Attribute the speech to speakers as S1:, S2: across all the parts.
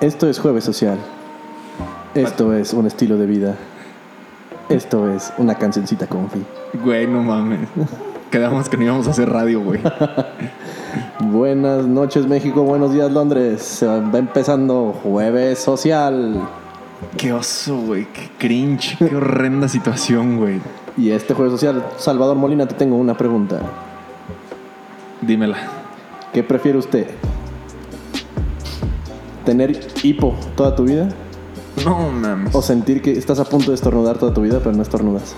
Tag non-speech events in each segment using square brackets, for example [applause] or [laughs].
S1: Esto es Jueves Social. Esto es un estilo de vida. Esto es una cancioncita confi.
S2: Güey, no mames. Quedamos que no íbamos a hacer radio,
S1: [laughs]
S2: güey.
S1: Buenas noches, México. Buenos días, Londres. Se va empezando Jueves Social.
S2: Qué oso, güey. Qué cringe. Qué horrenda situación, güey.
S1: Y este Jueves Social, Salvador Molina, te tengo una pregunta.
S2: Dímela.
S1: ¿Qué prefiere usted? ¿Tener hipo toda tu vida?
S2: No mames.
S1: ¿O sentir que estás a punto de estornudar toda tu vida, pero no estornudas?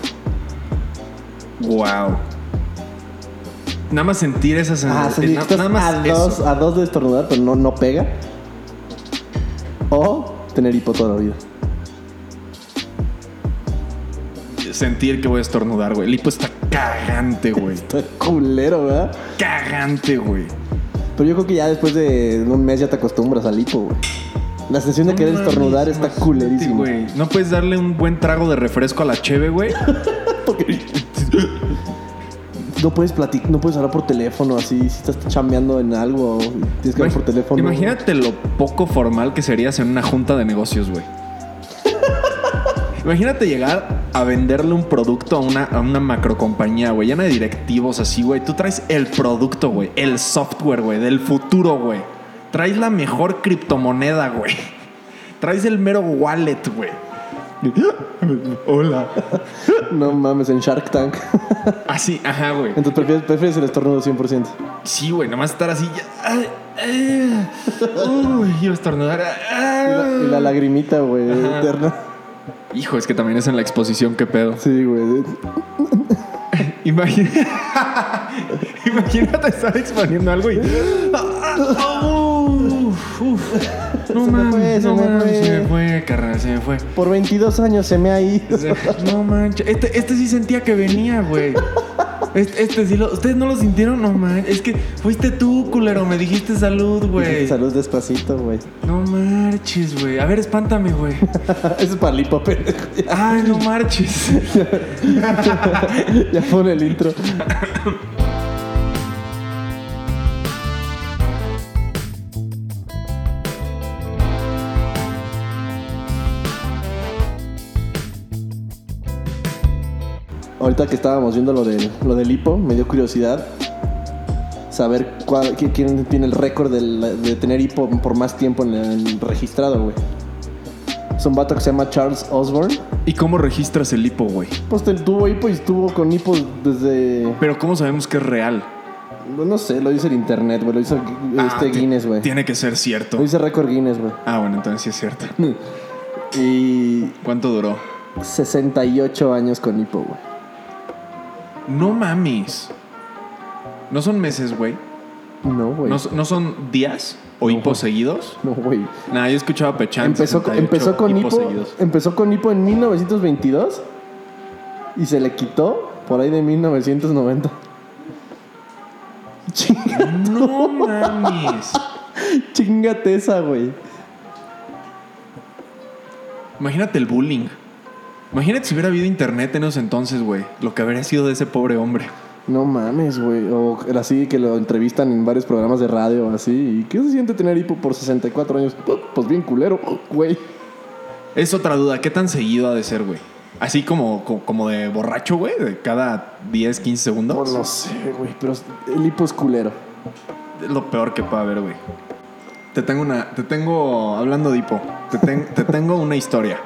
S2: wow. Nada más sentir esa
S1: Ah,
S2: sensación.
S1: sí,
S2: na-
S1: estás
S2: Mm. nada más
S1: a, dos,
S2: eso.
S1: a dos de estornudar, pero no, no pega. O tener hipo toda la vida.
S2: Sentir que voy a estornudar, güey. El hipo está cagante, güey.
S1: Está culero, ¿verdad?
S2: Cagante, güey.
S1: Pero yo creo que ya después de un mes ya te acostumbras al hipo, güey. La sensación de querer
S2: No
S1: estornudar
S2: mames,
S1: está
S2: imagínate,
S1: culerísima.
S2: güey. No puedes darle un buen trago de refresco a la cheve, güey.
S1: Porque- No puedes platicar, no puedes hablar por teléfono así, si estás chambeando en algo, tienes que hablar por teléfono.
S2: Imagínate lo poco formal que serías en una junta de negocios, güey. Imagínate llegar a venderle un producto a una, a una macrocompañía, güey, llena de directivos así, güey. Tú traes el producto, güey, el software, güey, del futuro, güey. Traes la mejor criptomoneda, güey. Traes el mero wallet, güey. Hola.
S1: No mames, en Shark Tank. [laughs]
S2: Así, ajá, güey.
S1: Entonces prefieres, prefieres el estornudo 100%.
S2: Sí, güey, nomás estar así. ya- ay, ay. Uy, iba a estornudar.
S1: Y la, y la lagrimita, güey,
S2: Ajá.
S1: eterna.
S2: Hijo, es que también es en la exposición, qué pedo.
S1: Sí, güey.
S2: Imagina- [laughs] Imagínate estar exponiendo algo y. Uf, [laughs] uf. No
S1: Se me fue,
S2: mames,
S1: se
S2: no
S1: me
S2: mames,
S1: fue.
S2: se me fue, carnal, se me fue.
S1: Por 22 años se me ha ido.
S2: No manches, este, este sí sentía que venía, güey. Este, este sí lo. ¿Ustedes no lo sintieron? No manches. Es que fuiste tú, culero. Me dijiste salud, güey.
S1: Salud despacito, güey. [laughs]
S2: No marches, güey. A ver, espántame, güey.
S1: Eso es para el hipo, pendejo.
S2: Ay, no marches.
S1: [laughs] Ya pone el intro. Ahorita que estábamos viendo lo del, lo del hipo, me dio curiosidad saber cuál- qui- quién tiene el récord del- de tener hipo por más tiempo en el registrado, güey. Es un vato que se llama Charles Osborne.
S2: ¿Y cómo registras el hipo, güey?
S1: Pues te- tuvo hipo y estuvo con hipo desde.
S2: Pero ¿cómo sabemos que es real?
S1: Pues No sé, lo dice el internet, güey. Lo hizo
S2: Ah,
S1: este
S2: ti-
S1: Guinness, güey.
S2: Tiene que ser
S1: Lo
S2: cierto.
S1: dice récord Guinness, güey.
S2: Ah, bueno, entonces sí es cierto.
S1: Y
S2: ¿Cuánto duró?
S1: 68 años con hipo, güey.
S2: No mames. No son meses, güey.
S1: No, güey.
S2: No, no son días o hipos seguidos.
S1: No, güey.
S2: Nah, yo escuchaba pechán.
S1: Empezó,
S2: 68
S1: empezó con
S2: hipos
S1: hipo.
S2: seguidos.
S1: Empezó con hipo en 1922 y se le quitó por ahí de 1990. [laughs] Chinga,
S2: No mames.
S1: chingate esa, güey.
S2: Imagínate el bullying. Imagínate si hubiera habido internet en esos entonces, güey. Lo que habría sido de ese pobre hombre.
S1: No mames, güey. O así que lo entrevistan en varios programas de radio, así. ¿Y qué se siente tener hipo por 64 años? Pues bien culero, güey.
S2: Es otra duda, ¿qué tan seguido ha de ser, güey? Así como, co- como de borracho, güey, de cada 10, 15
S1: No,
S2: segundos.
S1: no sé, güey. Pero el hipo es culero.
S2: Es lo peor que puede haber, güey. Te tengo una. Te tengo. Hablando de hipo. Te, ten- te tengo una historia.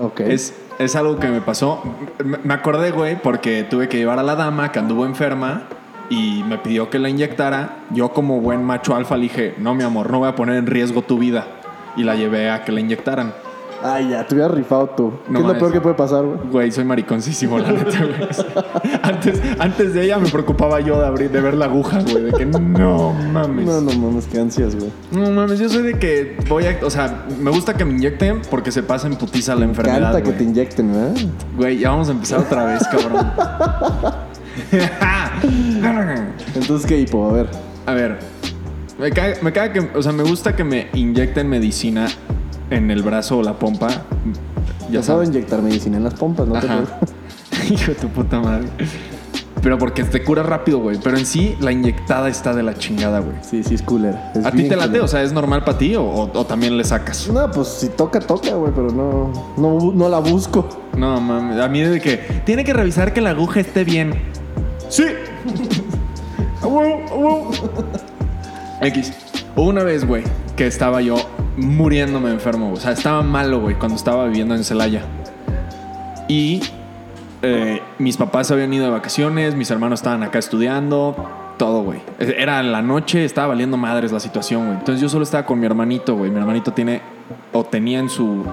S1: Ok.
S2: Es, es algo que me pasó. Me, me acordé, güey, porque tuve que llevar a la dama que anduvo enferma y me pidió que la inyectara. Yo, como buen macho alfa, le dije: No, mi amor, no voy a poner en riesgo tu vida. Y la llevé a que la inyectaran.
S1: Ay, ya, te hubieras rifado tú. ¿Qué
S2: No
S1: es lo
S2: mames.
S1: peor que puede pasar, güey?
S2: Güey, soy mariconcísimo, la neta, güey. Antes, antes de ella me preocupaba yo de abrir, de ver la aguja, güey. De que no mames.
S1: No, no mames, qué ansias, güey.
S2: No mames, yo soy de que voy a. O sea, me gusta que me inyecten porque se pasa en putiza la enfermedad.
S1: Canta que
S2: güey.
S1: te inyecten, ¿verdad?
S2: Güey, ya vamos a empezar otra vez,
S1: [laughs]
S2: cabrón.
S1: Entonces, ¿qué hipo? A ver.
S2: a ver. Me caga, me caga que. O sea, me gusta que me inyecten medicina en el brazo o la pompa. Ya
S1: Ya sabes
S2: sabes.
S1: inyectar medicina en las pompas, ¿no? te
S2: Ajá. [laughs]
S1: preocupes.
S2: Hijo de tu puta madre. Pero porque te cura rápido, güey. Pero en sí, la inyectada está de la chingada, güey.
S1: [laughs] Sí, sí, es culera. Es
S2: ¿A ti
S1: bien
S2: te late?
S1: culera.
S2: O sea, ¿es normal para ti o, o- o también le sacas?
S1: No, pues si toca, toca, güey, pero no, no, bu- no la busco. [laughs]
S2: No, mames. A mí de que tiene que revisar que la aguja esté bien. [laughs] Sí. A huevo, a huevo. X. Hubo Una vez, güey, que estaba yo muriéndome enfermo. O sea, estaba malo, güey, cuando estaba viviendo en Celaya. Y eh, mis papás se habían ido de vacaciones, mis hermanos estaban acá estudiando, todo, güey. Era la noche, estaba valiendo madres la situación, güey. Entonces yo solo estaba con mi hermanito, güey. Mi hermanito tiene, o tenía en su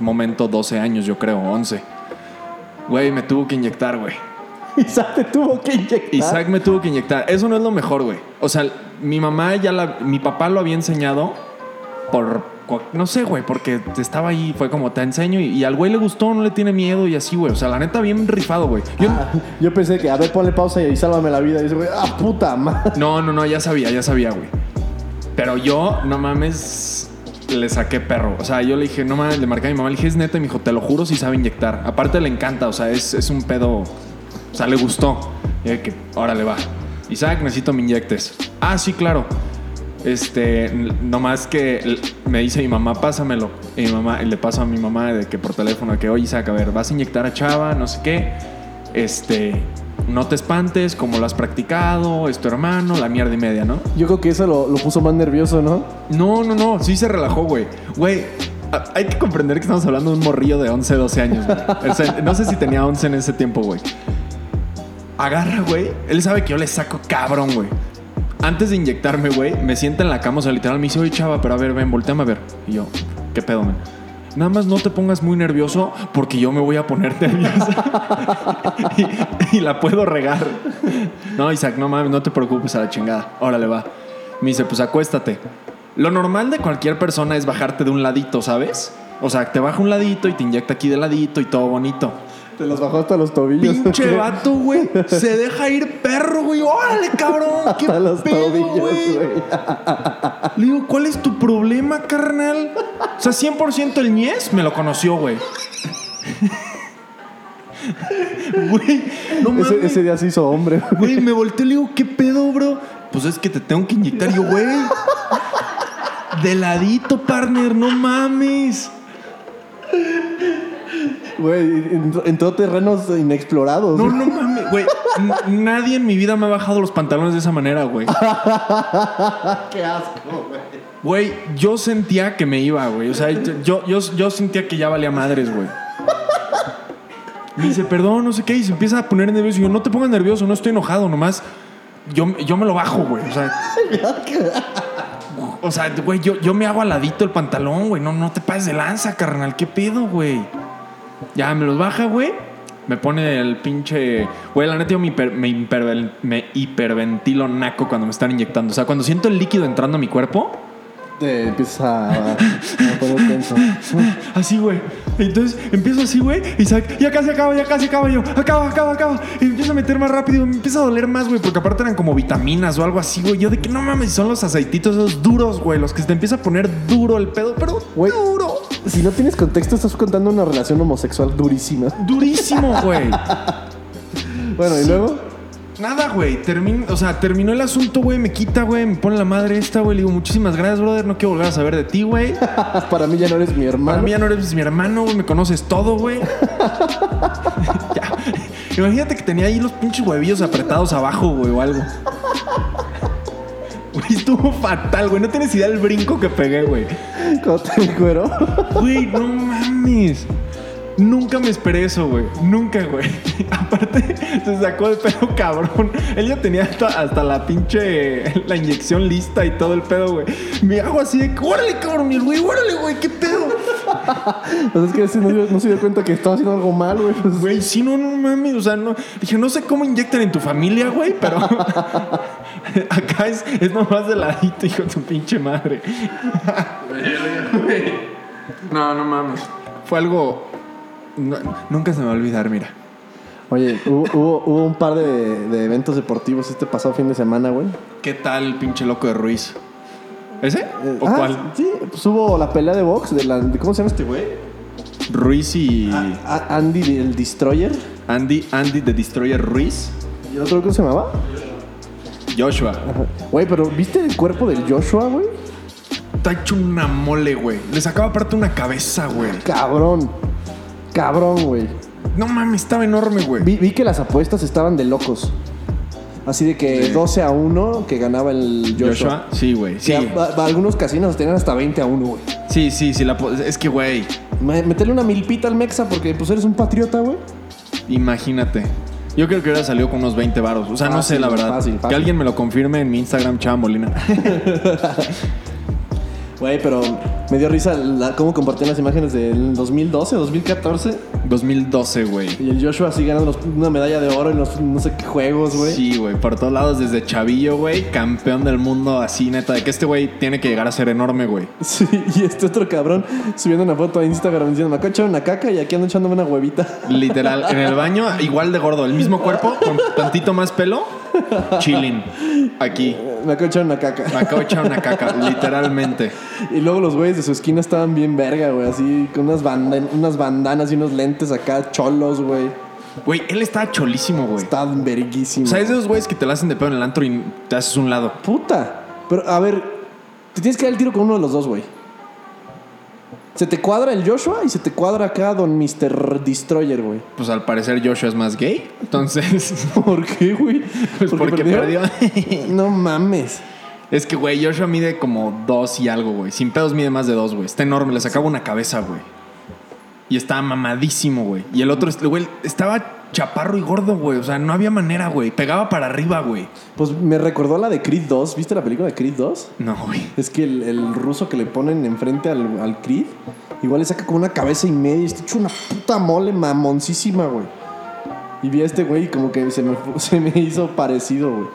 S2: momento 12 años, yo creo, 11. Güey, me tuvo que inyectar, güey.
S1: Isaac te tuvo que inyectar.
S2: Isaac me tuvo que inyectar. Eso no es lo mejor, güey. O sea, mi mamá ya la. Mi papá lo había enseñado por. cua- No sé, güey, porque estaba ahí, fue como te enseño y, y al güey le gustó, no le tiene miedo y así, güey. O sea, la neta, bien rifado, güey. Yo-
S1: Ah, yo pensé que, a ver, ponle pausa y sálvame la vida. Y dice, güey, ah, puta madre.
S2: No, no, no, ya sabía, ya sabía, güey. Pero yo, no mames, le saqué perro. O sea, yo le dije, no mames, le marqué a mi mamá, le dije, es neta, y me dijo, te lo juro si sabe inyectar. Aparte le encanta, o sea, es, es un pedo. O sea, le gustó. Y dije que, órale, va. Isaac, necesito me inyectes. Ah, sí, claro. Este, n- nomás que l- me dice mi mamá, pásamelo. Y mi mamá, le paso a mi mamá de que por teléfono, que oye, Isaac, a ver, vas a inyectar a Chava, no sé qué. Este, no te espantes, como lo has practicado, es tu hermano, la mierda y media, ¿no?
S1: Yo creo que eso lo, lo puso más nervioso, ¿no?
S2: No, no, no, sí se relajó, güey. Güey, a- hay que comprender que estamos hablando de un morrillo de 11, 12 años, güey. O sea, no sé si tenía 11 en ese tiempo, güey. Agarra, güey. Él sabe que yo le saco cabrón, güey. Antes de inyectarme, güey, me sienta en la cama, o sea, literal me dice, oye, chava, pero a ver, ven, volteame a ver. Y yo, ¿qué pedo, man? Nada más no te pongas muy nervioso porque yo me voy a poner nervioso. [laughs] y, y la puedo regar. No, Isaac, no mames, no te preocupes a la chingada. Órale, va. Me dice, pues acuéstate. Lo normal de cualquier persona es bajarte de un ladito, ¿sabes? O sea, te baja un ladito y te inyecta aquí de ladito y
S1: [laughs]
S2: todo bonito.
S1: Te los bajó hasta los tobillos. [laughs]
S2: Pinche
S1: ¿ok?
S2: vato, güey. Se deja ir perro, güey. Órale,
S1: [laughs]
S2: cabrón. ¿Qué
S1: Hasta los
S2: pedo,
S1: tobillos,
S2: güey?
S1: güey.
S2: Le digo, ¿cuál es tu problema, carnal? O sea, 100% el ñez me lo conoció, güey. [laughs] Güey, no mames.
S1: Ese, ese día se hizo hombre, [laughs] güey.
S2: [laughs] Güey, me volteé y le digo, ¿qué pedo, bro? Pues es que te tengo que inyectar Y yo, güey. [laughs] De ladito, partner, no mames.
S1: Güey, entró, entró terrenos inexplorados.
S2: No,
S1: güey.
S2: no mames, güey. N- Nadie en mi vida me ha bajado los pantalones de esa manera, güey.
S1: [laughs] Qué asco, güey.
S2: Güey, yo sentía que me iba, güey. O sea, yo, yo, yo sentía que ya valía madres, güey. Me dice, perdón, no sé qué, y se empieza a poner nervioso. Y yo, no te pongas nervioso, no estoy enojado, nomás. Yo, yo me lo bajo, güey.
S1: [laughs]
S2: O sea. o sea, güey, yo, yo me hago aladito el pantalón, güey. No, no te pases de lanza, carnal. ¿Qué pedo, güey? Ya me los baja, güey. Me pone el pinche. Güey, la neta, yo me, hiper- me hiperven- me hiperventilo naco cuando me están inyectando. O sea, cuando siento el líquido entrando a mi cuerpo.
S1: Te empiezas a, a poner tenso.
S2: Así, güey. Entonces empiezo así, güey. Y Isaac, ya casi acaba, ya casi acaba yo. Acaba, acaba, acaba. Y me empiezo a meter más rápido. Me empieza a doler más, güey. Porque aparte eran como vitaminas o algo así, güey. Yo de que no mames, son los aceititos esos duros, güey. Los que te empieza a poner duro el pedo. Pero
S1: Güey.
S2: duro.
S1: Si no tienes contexto, estás contando una relación homosexual durísima.
S2: Durísimo, güey.
S1: Bueno, y luego.
S2: Nada, güey. Termin- o sea, terminó el asunto, güey. Me quita, güey. Me pone la madre esta, güey. Le digo, muchísimas gracias, brother. No quiero volver a saber de ti, güey.
S1: ah, Para mí ya no eres mi hermano.
S2: Para mí ya no eres mi hermano, güey, me conoces todo, güey. [laughs] Ya. Imagínate que tenía ahí los pinches huevillos apretados abajo, güey, o algo. Güey, estuvo fatal, güey. No tienes idea del brinco que pegué, güey.
S1: Cuando te [laughs] encueró.
S2: Güey, no mames. Nunca me esperé eso, güey. Nunca, güey. [laughs] Aparte, se sacó de pedo cabrón. Él ya tenía hasta, hasta la pinche. La inyección lista y todo el pedo, güey. Me hago así de. que, ¡Órale, cabrón! Y el güey, órale, güey, qué pedo.
S1: O sea, es que ese no, no se dio cuenta que estaba haciendo algo mal, güey. Pues,
S2: Güey, sí, no, no mames. O sea, no. Dije, no sé cómo inyectan en tu familia, güey, pero. [laughs] acá es, es nomás de ladito, hijo de tu pinche madre. no, no mames. Fue algo. no- nunca se me va a olvidar, mira.
S1: Oye, hubo, hubo- hubo un par de, de eventos deportivos este pasado fin de semana, güey.
S2: ¿Qué tal, pinche loco de Ruiz? ¿Ese?
S1: Eh,
S2: ¿O
S1: ah,
S2: cuál?
S1: Sí, pues hubo la pelea de box de la. de- ¿Cómo se llama este güey?
S2: Ruiz y.
S1: A- Ah, Andy el Destroyer.
S2: Andy, Andy the Destroyer Ruiz.
S1: ¿Y el otro cómo se llamaba?
S2: Joshua.
S1: Güey, pero ¿viste el cuerpo del Joshua, güey?
S2: Está hecho una mole, güey. Le sacaba aparte una cabeza, güey.
S1: Cabrón. Cabrón, güey.
S2: No mames, estaba enorme, güey.
S1: Vi, vi que las apuestas estaban de locos. Así de que
S2: Sí.
S1: 12 a 1 que ganaba el Joshua.
S2: Joshua, sí, güey. Sí.
S1: Que a- a- algunos casinos tenían hasta 20 a 1, güey.
S2: sí, sí, sí. La po- es que, güey,
S1: Me- Meterle una milpita al Mexa porque pues eres un patriota, güey.
S2: imagínate. Yo creo que hubiera salido con unos 20 varos. O sea, no
S1: Fácil,
S2: sé, la verdad.
S1: fácil, fácil.
S2: Que alguien me lo confirme en mi Instagram, Chava Molina. [laughs]
S1: Güey, pero me dio risa la- cómo compartían las imágenes del 2012, 2014.
S2: 2012, güey.
S1: Y el Joshua así ganando los- una medalla de oro en los no sé qué juegos, güey.
S2: Sí, güey, por todos lados, desde Chavillo, güey, campeón del mundo, así, neta, de que este güey tiene que llegar a ser enorme, güey.
S1: Sí, y este otro cabrón subiendo una foto a Instagram diciendo, me acabo de echar una caca y aquí ando echándome una huevita. [laughs]
S2: Literal, en el baño, igual de gordo, el mismo cuerpo, con tantito más pelo, chilling. Aquí,
S1: Me acabo de echar una caca.
S2: me acabo de echar una caca, literalmente.
S1: Y luego los güeyes de su esquina estaban bien verga, güey, así con unas, bandan- unas bandanas y unos lentes acá, cholos, güey.
S2: Güey, él estaba cholísimo, güey.
S1: Estaban verguísimos.
S2: O sea, es de esos güeyes que te la hacen de pedo en el antro y te haces un lado.
S1: Puta. Pero, a ver, te tienes que dar el tiro con uno de los dos, güey. Se te cuadra el Joshua y se te cuadra acá Don Mr. Destroyer, güey. [laughs]
S2: Pues al parecer Joshua es más gay, entonces... [laughs]
S1: ¿Por qué, güey?
S2: Pues porque perdió. [laughs]
S1: [laughs] No mames.
S2: Es que, güey, Joshua mide como dos y algo, güey. Sin pedos mide más de dos, güey. Está enorme, le sacaba una cabeza, güey. Y estaba mamadísimo, güey. Y el otro, este, güey, estaba chaparro y gordo, güey. O sea, no había manera, güey. Pegaba para arriba, güey.
S1: Pues me recordó a la de Creed 2. ¿Viste la película de Creed 2?
S2: No, güey.
S1: Es que el, el ruso que le ponen enfrente al, al Creed, igual le saca como una cabeza y media. y Está hecho una puta mole mamoncísima, güey. Y vi a este güey y como que se me, fu- [laughs] se me hizo parecido, güey.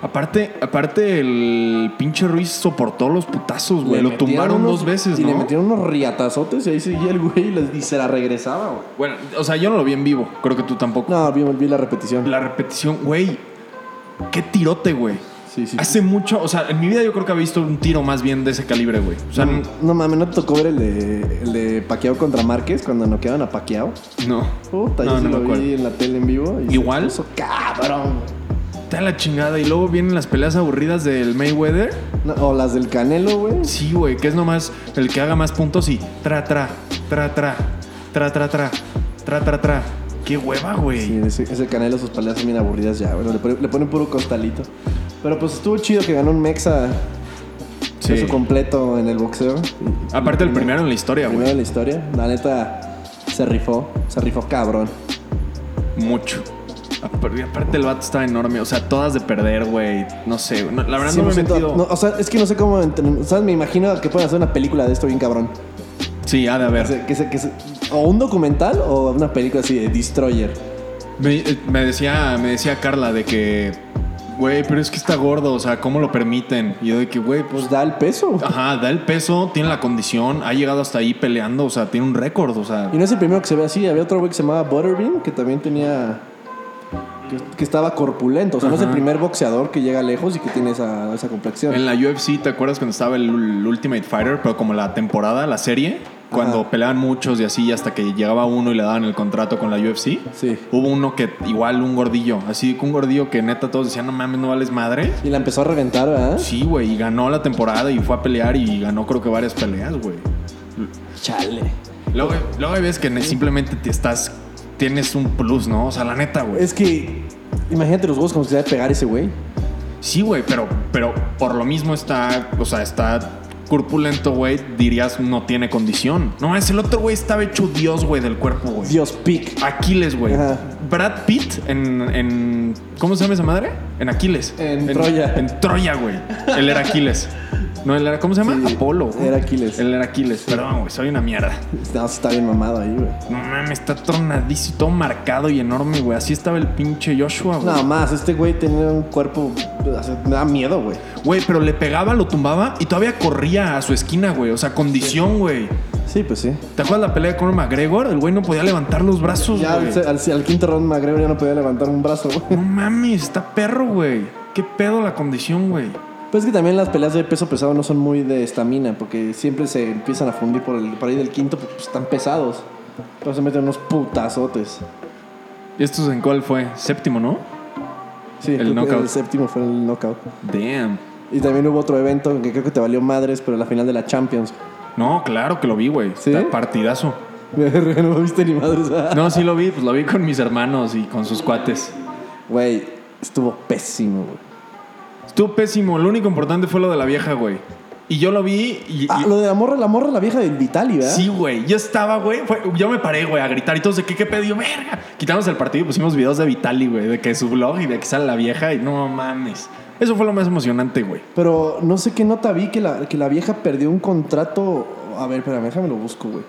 S2: Aparte, aparte, el pinche Ruiz soportó los putazos, güey.
S1: Le
S2: Lo
S1: metieron
S2: tumbaron
S1: unos-
S2: dos veces,
S1: y
S2: ¿no?
S1: le metieron unos riatazotes y ahí seguía el güey y, les- y se la regresaba, güey.
S2: Bueno, o sea, yo no lo vi en vivo. Creo que tú tampoco.
S1: No, vi, vi la repetición.
S2: La repetición, güey. Qué tirote, güey.
S1: Sí, sí.
S2: Hace mucho, o sea, en mi vida yo creo que había visto un tiro más bien de ese calibre, güey. O sea, no.
S1: No mames, ¿no te tocó ver el de, el de Paquiao contra Márquez cuando noqueaban a Paquiao? Puta,
S2: no,
S1: yo sí
S2: no
S1: lo
S2: me acuerdo.
S1: vi en la tele en vivo. y se
S2: ¿Igual?
S1: puso cabrón.
S2: Está la chingada. Y luego vienen las peleas aburridas del Mayweather.
S1: No, o las del Canelo, güey.
S2: Sí, güey, que es nomás el que haga más puntos y tra, tra, tra, tra, tra, tra, tra, tra, tra, tra. Qué hueva, güey.
S1: Sí, ese, ese Canelo, sus peleas son bien aburridas ya, güey. Le, pone- le ponen puro costalito. Pero pues estuvo chido que ganó un Mexa
S2: Sí.
S1: peso completo en el boxeo.
S2: Aparte, el primero en la historia,
S1: Primero
S2: güey.
S1: en la historia. La neta, se rifó. Se rifó cabrón.
S2: Mucho. Apar- Aparte, el vato estaba enorme. O sea, todas de perder, güey. No sé, güey. No, la verdad no me he
S1: 100%
S2: metido.
S1: no, o sea, es que no sé cómo... entren- ¿Sabes? Me imagino que pueden hacer una película de esto bien cabrón.
S2: Sí, ha
S1: Que
S2: de haber.
S1: se- que se- que se- o un documental o una película así de Destroyer.
S2: Me, eh, me decía, me decía Carla de que, güey, pero es que está gordo, o sea, ¿cómo lo permiten? Y yo de que, güey, pues,
S1: Pues da el peso. güey.
S2: ajá, da el peso, tiene la condición, ha llegado hasta ahí peleando, o sea, tiene un récord, o sea,
S1: Y no es el primero que se ve así. Había otro güey que se llamaba Butterbean, que también tenía. que, que estaba corpulento. O sea, no es el
S2: Ajá.
S1: primer boxeador que llega lejos y que tiene esa, esa complexión.
S2: en la UFC, ¿te acuerdas cuando estaba el, Ul- Ultimate Fighter, pero como la temporada, la serie, cuando
S1: Ajá.
S2: peleaban muchos y así, y hasta que llegaba uno y le daban el contrato con la UFC?
S1: Sí.
S2: Hubo uno que igual un gordillo, así que un gordillo que neta todos decían, no mames, no vales madre.
S1: Y la empezó a reventar, ¿verdad?
S2: Sí, güey, y ganó la temporada y fue a pelear y ganó creo que varias peleas, güey.
S1: Chale.
S2: Luego, luego hay veces que ne- simplemente te estás. Tienes un plus, ¿no? O sea, la neta, güey.
S1: Es que. Imagínate los huevos como se debe pegar ese güey.
S2: Sí, güey, pero, pero por lo mismo está. O sea, está corpulento, güey. Dirías, no tiene condición. No, es el otro güey estaba hecho Dios, güey, del cuerpo, güey.
S1: Dios pic.
S2: Aquiles, güey.
S1: Ajá.
S2: Brad Pitt en, en- ¿Cómo se llama esa madre? En Aquiles.
S1: En Troya.
S2: En Troya, güey. Él era Aquiles. No, él era. ¿Cómo se llama?
S1: Sí,
S2: Apolo. güey.
S1: era Aquiles.
S2: Él era Aquiles. Perdón, güey, soy una mierda.
S1: No, sí está bien mamado ahí, güey.
S2: No mames, está tronadísimo, todo marcado y enorme, güey. Así estaba el pinche Joshua, güey.
S1: Nada más, este güey tenía un cuerpo. o sea, me da miedo, güey.
S2: Güey, pero le pegaba, lo tumbaba y todavía corría a su esquina, güey. O sea, condición, güey.
S1: Sí, pues sí.
S2: ¿Te acuerdas la pelea de Conor McGregor? El güey no podía levantar los brazos,
S1: Ya
S2: güey.
S1: al, al- al quinto round, McGregor ya no podía levantar un brazo, güey.
S2: No mames, está perro, güey. ¿Qué pedo la condición, güey?
S1: Pues es que también las peleas de peso pesado no son muy de estamina, porque siempre se empiezan a fundir por, el, por ahí del quinto, porque pues, están pesados. Pero se meten unos putazotes.
S2: ¿Y estos en cuál fue? Séptimo, ¿no?
S1: Sí,
S2: El
S1: creo que
S2: knockout.
S1: el séptimo fue el knockout.
S2: Damn.
S1: Y también hubo otro evento que creo que te valió madres, pero la final de la Champions. [laughs]
S2: No, claro que lo vi, güey.
S1: ¿Sí?
S2: Está Partidazo.
S1: Verga, no viste ni madres. [laughs]
S2: No, sí lo vi, pues lo vi con mis hermanos y con sus cuates.
S1: Güey, estuvo pésimo, güey.
S2: Estuvo pésimo. Lo único importante fue lo de la vieja, güey. Y yo lo vi y. y-
S1: Ah, lo de la morra, la morra, la vieja del Vitali, ¿verdad?
S2: Sí, güey. Yo estaba, güey. fue- Yo me paré, güey, a gritar y todos de qué, qué pedido, verga. Quitamos el partido y pusimos videos de Vitali, güey, de que su blog y de que sale la vieja y no mames. Eso fue lo más emocionante, güey.
S1: Pero no sé qué nota vi que la, que la vieja perdió un contrato. A ver, espérame, déjame lo busco, güey.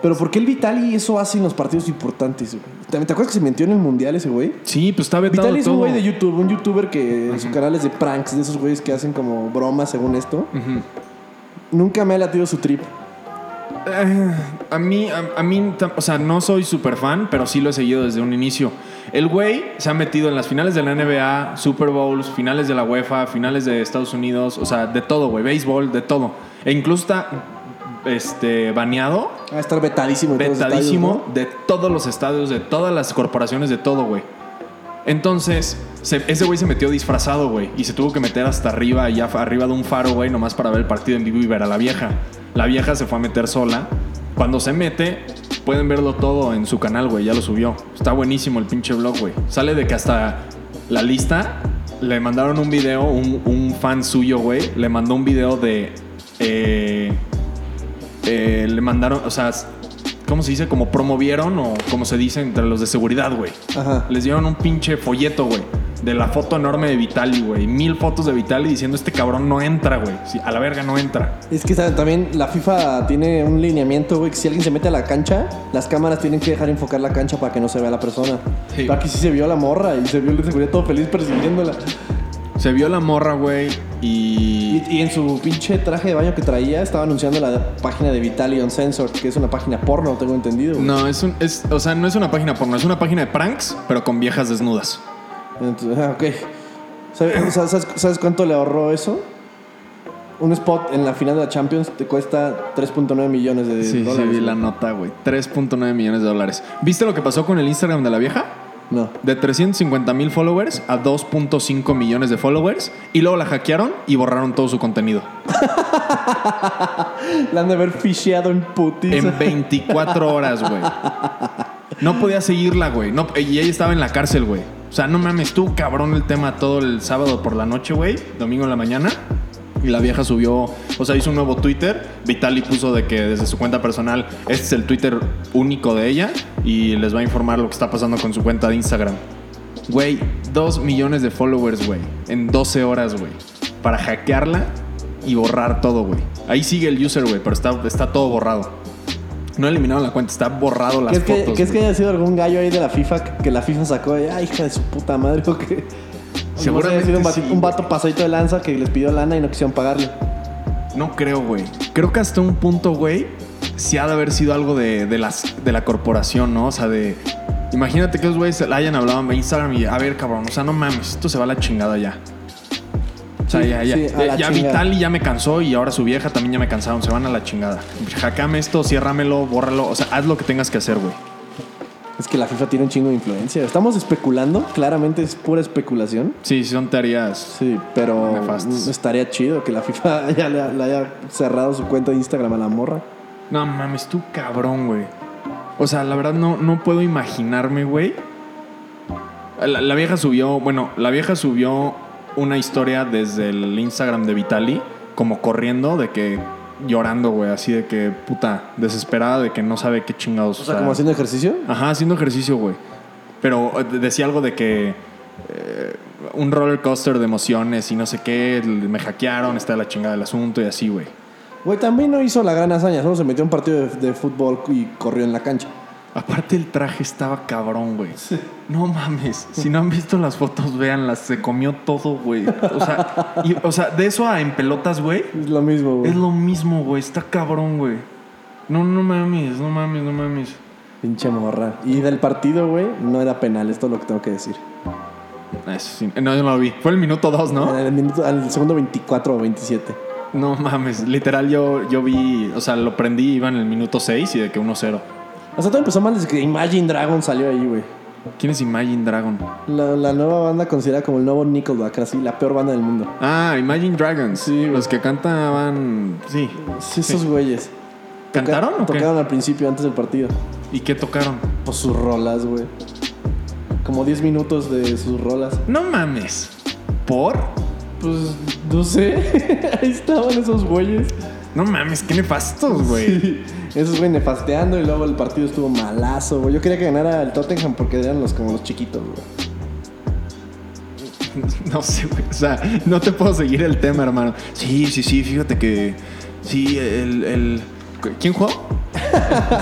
S1: Pero ¿por qué el Vitali eso hace en los partidos importantes, güey? También, ¿Te acuerdas que se metió en el mundial ese güey?
S2: Sí, pues está vetado
S1: Vitali es
S2: todo.
S1: un güey de YouTube, un youtuber que su canal es de pranks, de esos güeyes que hacen como bromas según esto.
S2: Ujú.
S1: Nunca me ha latido su trip.
S2: Eh, a mí, a, a mí, tam- o sea, no soy super fan, pero sí lo he seguido desde un inicio. El güey se ha metido en las finales de la NBA, Super Bowls, finales de la UEFA, finales de Estados Unidos, o sea, de todo, güey, béisbol, de todo. E incluso está este, baneado,
S1: Va a estar vetadísimo. en todos los
S2: vetadísimo
S1: estadios, ¿no?
S2: de todos los estadios, de todas las corporaciones, de todo, güey. Entonces, se- ese güey se metió disfrazado, güey, y se tuvo que meter hasta arriba, allá fa- arriba de un faro, güey, nomás para ver el partido en vivo y ver a la vieja. La vieja se fue a meter sola. Cuando se mete, pueden verlo todo en su canal, güey, ya lo subió. Está buenísimo el pinche blog, güey. Sale de que hasta la lista le mandaron un video, un, un fan suyo, güey, le mandó un video de. eh, eh, le mandaron, o sea, ¿cómo se dice? Como promovieron o como se dice entre los de seguridad, güey.
S1: Ajá.
S2: Les dieron un pinche folleto, güey, de la foto enorme de Vitali, güey. Mil fotos de Vitali diciendo este cabrón no entra, güey. Sí, a la verga no entra.
S1: Es que ¿saben? también la FIFA tiene un lineamiento, güey, que si alguien se mete a la cancha, las cámaras tienen que dejar enfocar la cancha para que no se vea la persona.
S2: Sí.
S1: Pero Aquí sí se vio a la morra y se vio el de seguridad todo feliz persiguiéndola.
S2: Se vio la morra, güey, y...
S1: Y, y en su pinche traje de baño que traía estaba anunciando la página de Vitalion Sensor, que es una página porno, tengo entendido. güey.
S2: No, es un, es, o sea, no es una página porno, es una página de pranks, pero con viejas desnudas.
S1: Entonces, [laughs] ah, ok. ¿Sabe- ¿Sabes, sabes- sabes cuánto le ahorró eso? Un spot en la final de la Champions te cuesta 3.9 millones de
S2: Sí, sí,
S1: dólares.
S2: vi la
S1: güey.
S2: nota, güey. 3.9 millones de dólares. ¿Viste lo que pasó con el Instagram de la vieja?
S1: No.
S2: de 350 mil followers a 2.5 millones de followers y luego la hackearon y borraron todo su contenido.
S1: La han de haber ficheado en putiza.
S2: En 24 horas, güey. No podía seguirla, güey. No, y ella estaba en la cárcel, güey. O sea, no mames, tú cabrón el tema todo el sábado por la noche, güey. Domingo en la mañana. Y la vieja subió, o sea, hizo un nuevo Twitter. Vitali puso de que desde su cuenta personal, este es el Twitter único de ella y les va a informar lo que está pasando con su cuenta de Instagram. Güey, 2 millones de followers, güey. En 12 horas, güey. Para hackearla y borrar todo, güey. Ahí sigue el user, güey, pero está, está todo borrado. No eliminaron la cuenta, está borrado las
S1: ¿Crees que,
S2: fotos.
S1: crees que
S2: güey.
S1: haya sido algún gallo ahí de la FIFA que, que la FIFA sacó? de, Ay, hija de su puta madre, o que.
S2: Seguramente
S1: ha sido un, vato-
S2: sí,
S1: un vato pasadito de lanza que les pidió lana y no quisieron pagarle.
S2: No creo, güey. Creo que hasta un punto, güey, sí ha de haber sido algo de, de las, de la corporación, ¿no? O sea, de... Imagínate que los güeyes la hayan hablado en Instagram y, a ver, cabrón, o sea, no mames, esto se va a la chingada ya. O sea,
S1: Sí,
S2: ya, ya,
S1: sí, a la
S2: ya
S1: chingada.
S2: Vitali ya me cansó y ahora su vieja también ya me cansaron, se van a la chingada. Jacame esto, ciérramelo, bórralo, o sea, haz lo que tengas que hacer, güey.
S1: Es que la FIFA tiene un chingo de influencia. Estamos especulando, claramente es pura especulación.
S2: Sí, sí son tareas.
S1: Sí, pero mm,
S2: Nefastas.
S1: estaría chido que la FIFA [laughs] ya le, le haya cerrado su cuenta de Instagram a la morra.
S2: No mames, tú cabrón, güey. O sea, la verdad no, no puedo imaginarme, güey. La, la vieja subió, bueno, la vieja subió una historia desde el Instagram de Vitali, como corriendo, de que llorando, güey, así de que puta, desesperada, de que no sabe qué chingados.
S1: O sea, como haciendo ejercicio.
S2: Ajá, haciendo ejercicio, güey. Pero eh, de- decía algo de que eh, un roller coaster de emociones y no sé qué, me hackearon, está la chingada del asunto y así, güey.
S1: Güey, también no hizo la gran hazaña, solo se metió a un partido de, de fútbol y corrió en la cancha.
S2: Aparte el traje estaba cabrón, güey. No mames. Si no han visto las fotos, véanlas. Se comió todo, güey. O sea, y- o sea, de eso a en pelotas, güey.
S1: Es lo mismo, güey.
S2: Es lo mismo, güey. Está cabrón, güey. No, no mames, no mames, no mames.
S1: Pinche morra. Y del partido, güey, no era penal, esto es lo que tengo que decir.
S2: Eso sí. No, yo no lo vi. Fue el minuto dos, ¿no?
S1: Al, minuto- al segundo 24 o 27.
S2: No mames. Literal, yo, yo vi, o sea, lo prendí, iba en el minuto seis y de que 1-0.
S1: O sea, todo empezó mal desde que Imagine Dragon salió ahí, güey.
S2: ¿Quién es Imagine Dragon?
S1: La, la nueva banda considerada como el nuevo Nickelback, así, la peor banda del mundo.
S2: Ah, Imagine Dragons. Sí, los que cantaban. Sí.
S1: Sí, esos güeyes. Toca-
S2: ¿Cantaron o qué?
S1: Tocaron al principio, antes del partido.
S2: ¿Y qué tocaron?
S1: Pues sus rolas, güey. Como 10 minutos de sus rolas.
S2: No mames. ¿Por?
S1: Pues no sé. [laughs] Ahí estaban esos güeyes.
S2: No mames, qué nefastos, güey.
S1: Sí. Esos güeyes nefasteando y luego el partido estuvo malazo, güey. Yo quería que ganara el Tottenham porque eran los como los chiquitos, güey.
S2: [laughs] No sé, güey. O sea, no te puedo seguir el tema, hermano. Sí, sí, sí, fíjate que. Sí, el. el- ¿Quién jugó?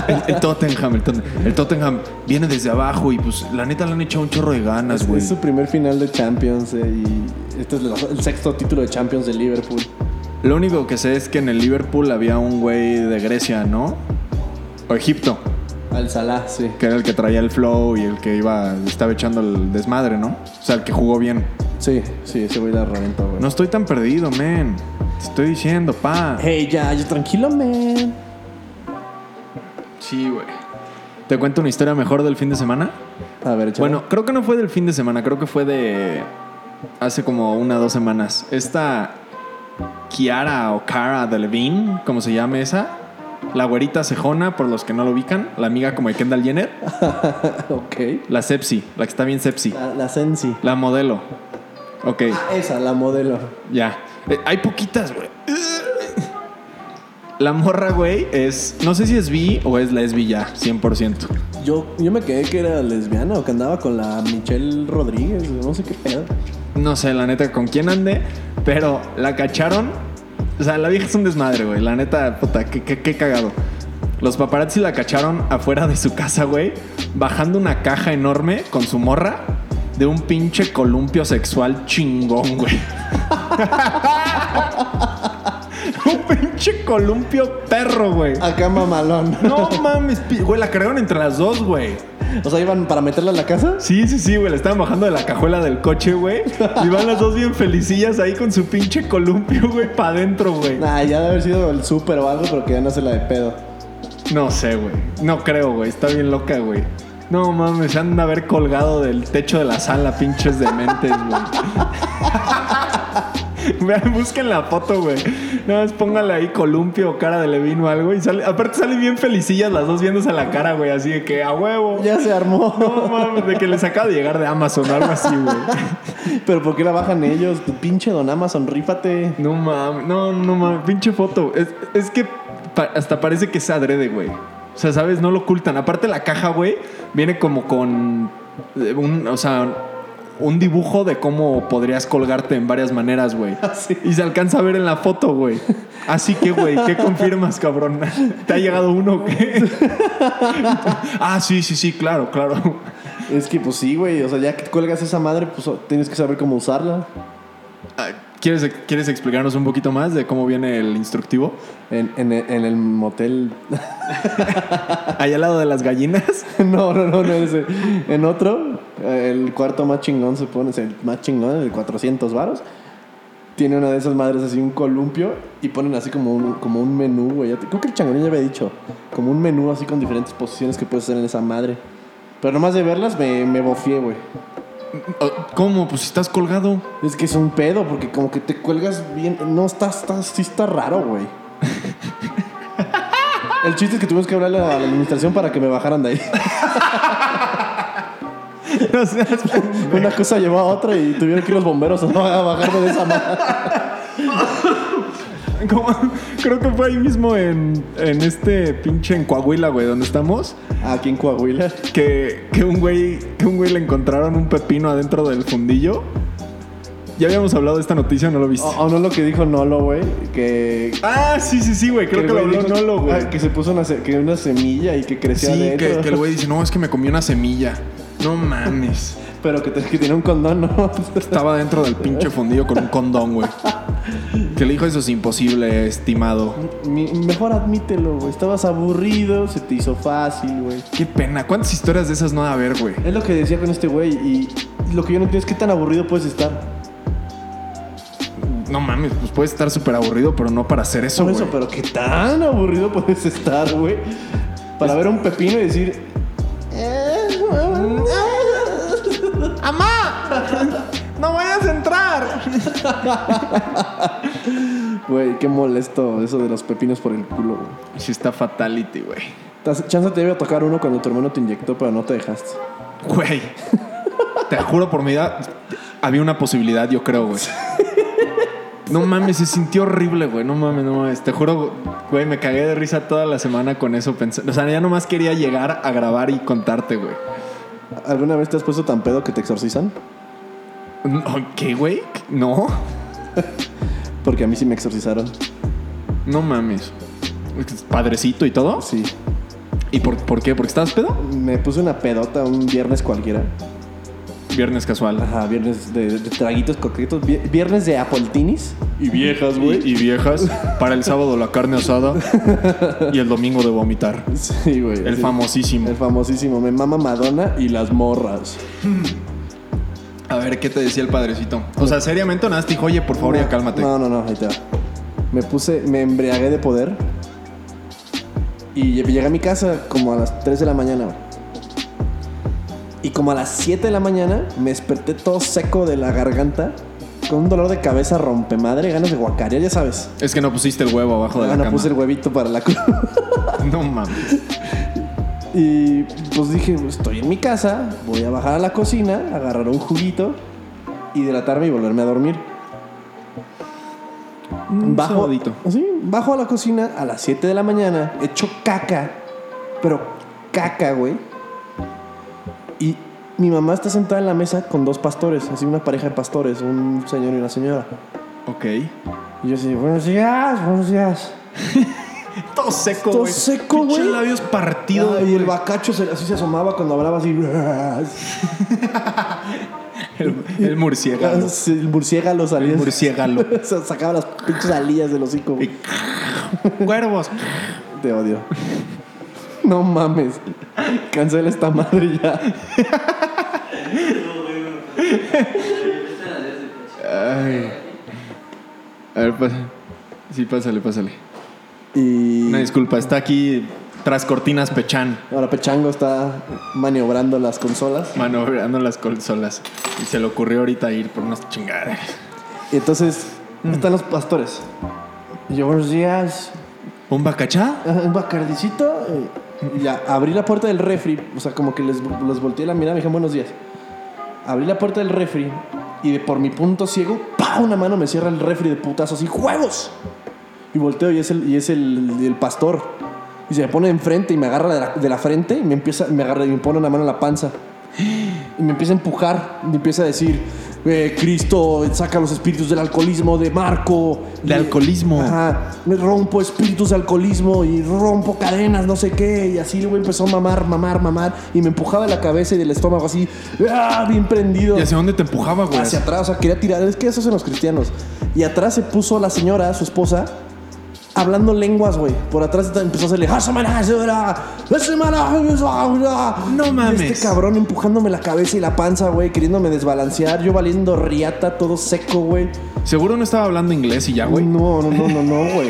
S2: El, el Tottenham, el Tottenham. El Tottenham viene desde abajo y pues la neta le han echado un chorro de ganas, güey.
S1: Es su primer final de Champions eh, y este es la- el sexto título de Champions de Liverpool.
S2: Lo único que sé es que en el Liverpool había un güey de Grecia, ¿no? O Egipto,
S1: Al Salah, sí.
S2: que era el que traía el flow y el que iba, estaba echando el desmadre, ¿no? O sea, el que jugó bien.
S1: Sí, sí, ese güey la reventó, güey.
S2: No estoy tan perdido, men. Te estoy diciendo, pa.
S1: Hey, ya, yo tranquilo, man.
S2: Sí, güey. ¿Te cuento una historia mejor del fin de semana?
S1: A ver, chaval.
S2: Bueno, creo que no fue del fin de semana, creo que fue de hace como una o dos semanas. Esta Kiara o Cara Delevingne, como se llame esa, la güerita cejona, por los que no lo ubican, la amiga como de Kendall Jenner,
S1: [laughs] ok.
S2: la sepsi, la que está bien sepsi,
S1: La, la Sensi.
S2: la modelo. Ok,
S1: Esa, la modelo.
S2: ya. Eh, hay poquitas, güey. La morra, güey, es. No sé si es bi o es lesbi ya, 100%.
S1: Yo, yo me quedé que era lesbiana o que andaba con la Michelle Rodríguez, no sé qué pedo.
S2: No sé, la neta, con quién ande, pero la cacharon. O sea, la vieja es un desmadre, güey. La neta, puta, qué, qué- qué cagado. Los paparazzi la cacharon afuera de su casa, güey, bajando una caja enorme con su morra de un pinche columpio sexual chingón, güey. [laughs] un pinche columpio perro, güey.
S1: Acá mamalón.
S2: [laughs] No mames, pi- güey, la cargaron entre las dos, güey.
S1: O sea, iban para meterla a la casa.
S2: Sí, sí, sí, güey. La estaban bajando de la cajuela del coche, güey. Y van las dos bien felicillas ahí con su pinche columpio, güey, para adentro, güey.
S1: Nah, ya debe haber sido el súper o algo, pero que ya no se la de pedo.
S2: No sé, güey. No creo, güey. Está bien loca, güey. No mames, se han de haber colgado del techo de la sala, pinches dementes, güey. [laughs] Vean, busquen la foto, güey. Nada más póngale ahí columpio o cara de Levino o algo. Y sale, aparte salen bien felicillas las dos viéndose a la cara, güey. Así de que a huevo.
S1: Ya se armó.
S2: No mames, de que les acaba de llegar de Amazon, algo así, güey.
S1: pero ¿por qué la bajan ellos? Tu pinche don Amazon, rífate. [laughs]
S2: No mames, no, no mames, pinche foto. Es, es que pa- hasta parece que es adrede, güey. O sea, ¿sabes? No lo ocultan. Aparte la caja, güey, viene como con eh, un, o sea, un dibujo de cómo podrías colgarte en varias maneras, güey.
S1: Así.
S2: Y se alcanza a ver en la foto, güey. Así que, güey, ¿qué confirmas, cabrón? ¿Te ha llegado uno o [laughs] qué? ah, sí, sí, sí, claro, claro.
S1: Es que pues sí, güey. O sea, ya que cuelgas esa madre, pues oh, tienes que saber cómo usarla.
S2: Ah, ¿Quieres, ¿Quieres explicarnos un poquito más de cómo viene el instructivo?
S1: En, en, el- en el motel. [laughs]
S2: Allá al lado de las gallinas.
S1: no, no, no, no. ese. En otro, eh, el cuarto más chingón se pone, es el más chingón, el 400 varos. Tiene una de esas madres así, un columpio, y ponen así como un, como un menú, güey. Ya te- Creo que el changonín ya había dicho. Como un menú así con diferentes posiciones que puedes hacer en esa madre. Pero nomás de verlas me, me bofié, güey.
S2: Oh, ¿Cómo? Pues si estás colgado. [laughs]
S1: Es que es un pedo, porque como que te cuelgas bien. No, está, está, sí está raro, güey. El chiste es que tuvimos que hablarle a la administración para que me bajaran
S2: [laughs]
S1: de ahí.
S2: No [laughs] seas pendejo.
S1: Una cosa llevó a otra y tuvieron que ir los bomberos a a bajarme de esa madre.
S2: ¿Cómo? Creo que fue ahí mismo en, en este pinche en Coahuila, güey, donde estamos.
S1: Aquí en Coahuila.
S2: Que, que un güey, que un güey le encontraron un pepino adentro del fundillo. Ya habíamos hablado de esta noticia, ¿no lo
S1: O,
S2: viste?
S1: o no lo que dijo Nolo, güey. Que.
S2: Ah, sí, sí, sí, güey. Creo que,
S1: el
S2: lo
S1: güey
S2: habló
S1: dijo-
S2: Nolo, güey.
S1: ah, que se puso una, se- que una semilla y que creció
S2: sí,
S1: adentro.
S2: que, que el güey dice, no, es que me comí una semilla. No mames.
S1: [laughs] Pero que, te- que tiene un condón, ¿no? [laughs]
S2: Estaba dentro del pinche fundillo con un condón, güey. Que le dijo, eso es imposible, estimado.
S1: Mi- mejor admítelo, güey. Estabas aburrido, se te hizo fácil, güey.
S2: Qué pena. ¿Cuántas historias de esas no va a haber, güey?
S1: Es lo que decía con este güey y lo que yo no entiendo es qué tan aburrido puedes estar.
S2: No mames, pues puede estar súper aburrido, pero no para hacer eso,
S1: Por
S2: güey.
S1: eso, pero qué tan aburrido puedes estar, güey. Para ver un pepino y decir... "Eh,
S2: ¡Amá! ¡No vayas a entrar!
S1: [laughs] Güey, qué molesto eso de los pepinos por el culo, güey.
S2: Sí está fatality, güey.
S1: Tas- Chance te iba a tocar uno cuando tu hermano te inyectó, pero no te dejaste.
S2: Güey. Te juro por mi vida, había una posibilidad, yo creo, güey. No mames, se sintió horrible, güey. No mames, no mames. Te juro, güey, me cagué de risa toda la semana con eso. Pensando. O sea, ya nomás quería llegar a grabar y contarte, güey.
S1: ¿Alguna vez te has puesto tan pedo que te exorcizan?
S2: No, ¿Qué, güey? No.
S1: Porque a mí sí me exorcizaron.
S2: No mames. Padrecito y todo.
S1: Sí.
S2: ¿Y por, por qué? ¿Porque estabas pedo?
S1: Me puse una pedota un viernes cualquiera.
S2: Viernes casual.
S1: Ajá, viernes de, de traguitos coquetos. vi- Viernes de Apoltinis.
S2: Y viejas, güey. Y, viejas. Para el sábado la carne asada. Y el domingo de vomitar.
S1: Sí, güey.
S2: El
S1: sí.
S2: famosísimo.
S1: El famosísimo. Me mama Madonna y las morras.
S2: A ver, ¿qué te decía el padrecito? O sea, seriamente o nada, más te dijo, oye, por favor, ya cálmate.
S1: No, no, no, ahí te va. Me puse, me embriagué de poder. Y lle- llegué a mi casa como a las 3 de la mañana. güey. Y como a las 7 de la mañana me desperté todo seco de la garganta. Con un dolor de cabeza rompemadre, ganas de guacarear, ya sabes.
S2: Es que no pusiste el huevo abajo de
S1: Ah,
S2: la
S1: no
S2: cama.
S1: puse el huevito para la cruz.
S2: No mames.
S1: Y pues dije, estoy en mi casa, voy a bajar a la cocina, agarrar un juguito, hidratarme y volverme a dormir. Bajo,
S2: sabadito.
S1: sí, bajo a la cocina a las 7 de la mañana, echo caca, pero caca, güey. Y mi mamá está sentada en la mesa con dos pastores, así una pareja de pastores, un señor y una señora.
S2: Ok.
S1: Y yo así, buenos días, buenos días.
S2: Todo seco,
S1: Todo
S2: güey.
S1: seco,
S2: Pinches
S1: güey.
S2: labios partidos.
S1: y el
S2: güey.
S1: bacacho se- así se asomaba cuando hablaba así. [laughs]
S2: El, el
S1: [laughs]
S2: murciélago.
S1: Sí, El murciélago salía.
S2: El
S1: [laughs]
S2: murciélago.
S1: Se sacaba las pinches alillas del hocico. güey.
S2: Cuervos.
S1: Te odio. No mames. Cancela esta madre ya.
S2: Ay. A ver, pasa. Sí, pásale, pásale.
S1: Y
S2: Una disculpa, está aquí tras cortinas Pechán,
S1: ahora Pechango está maniobrando las consolas.
S2: maniobrando las consolas. Y se le ocurrió ahorita ir por unas chingadas.
S1: Y entonces
S2: Mm.
S1: están los pastores. Y yo, buenos días.
S2: ¿Un bacachá?
S1: Ah, Un bacardicito. Eh, Y ya abrí la puerta del refri. O sea, como que les, les volteé la mirada. Me dijeron, buenos días. Abrí la puerta del refri. Y de por mi punto ciego, ¡pa! Una mano me cierra el refri de putazo así, ¡huevos! Y volteo y es el, y es el, el pastor. Y se me pone enfrente y me agarra de la, de la frente y me empieza, me agarra y me pone una mano en la panza. Y me empieza a empujar, y empieza a decir, eh, Cristo, saca los espíritus del alcoholismo de Marco.
S2: De
S1: Y-
S2: alcoholismo.
S1: Ajá, me rompo espíritus de alcoholismo y rompo cadenas, no sé qué. Y así luego empezó a mamar, mamar, mamar. Y me empujaba de la cabeza y del estómago así, ¡ah! bien prendido.
S2: ¿Y hacia dónde te empujaba, güey?
S1: Hacia atrás, o sea, quería tirar. Es que eso hacen los cristianos. Y atrás se puso la señora, su esposa, hablando lenguas, güey. Por atrás empezó a hacerle. "Ah, semana, semana, la semana, ah, ah".
S2: No
S1: Y
S2: mames.
S1: Este cabrón empujándome la cabeza y la panza, güey, queriéndome desbalancear. Yo valiendo riata, todo seco, güey.
S2: Seguro no estaba hablando inglés y ya, güey.
S1: Pues No, no, no, no, no, güey.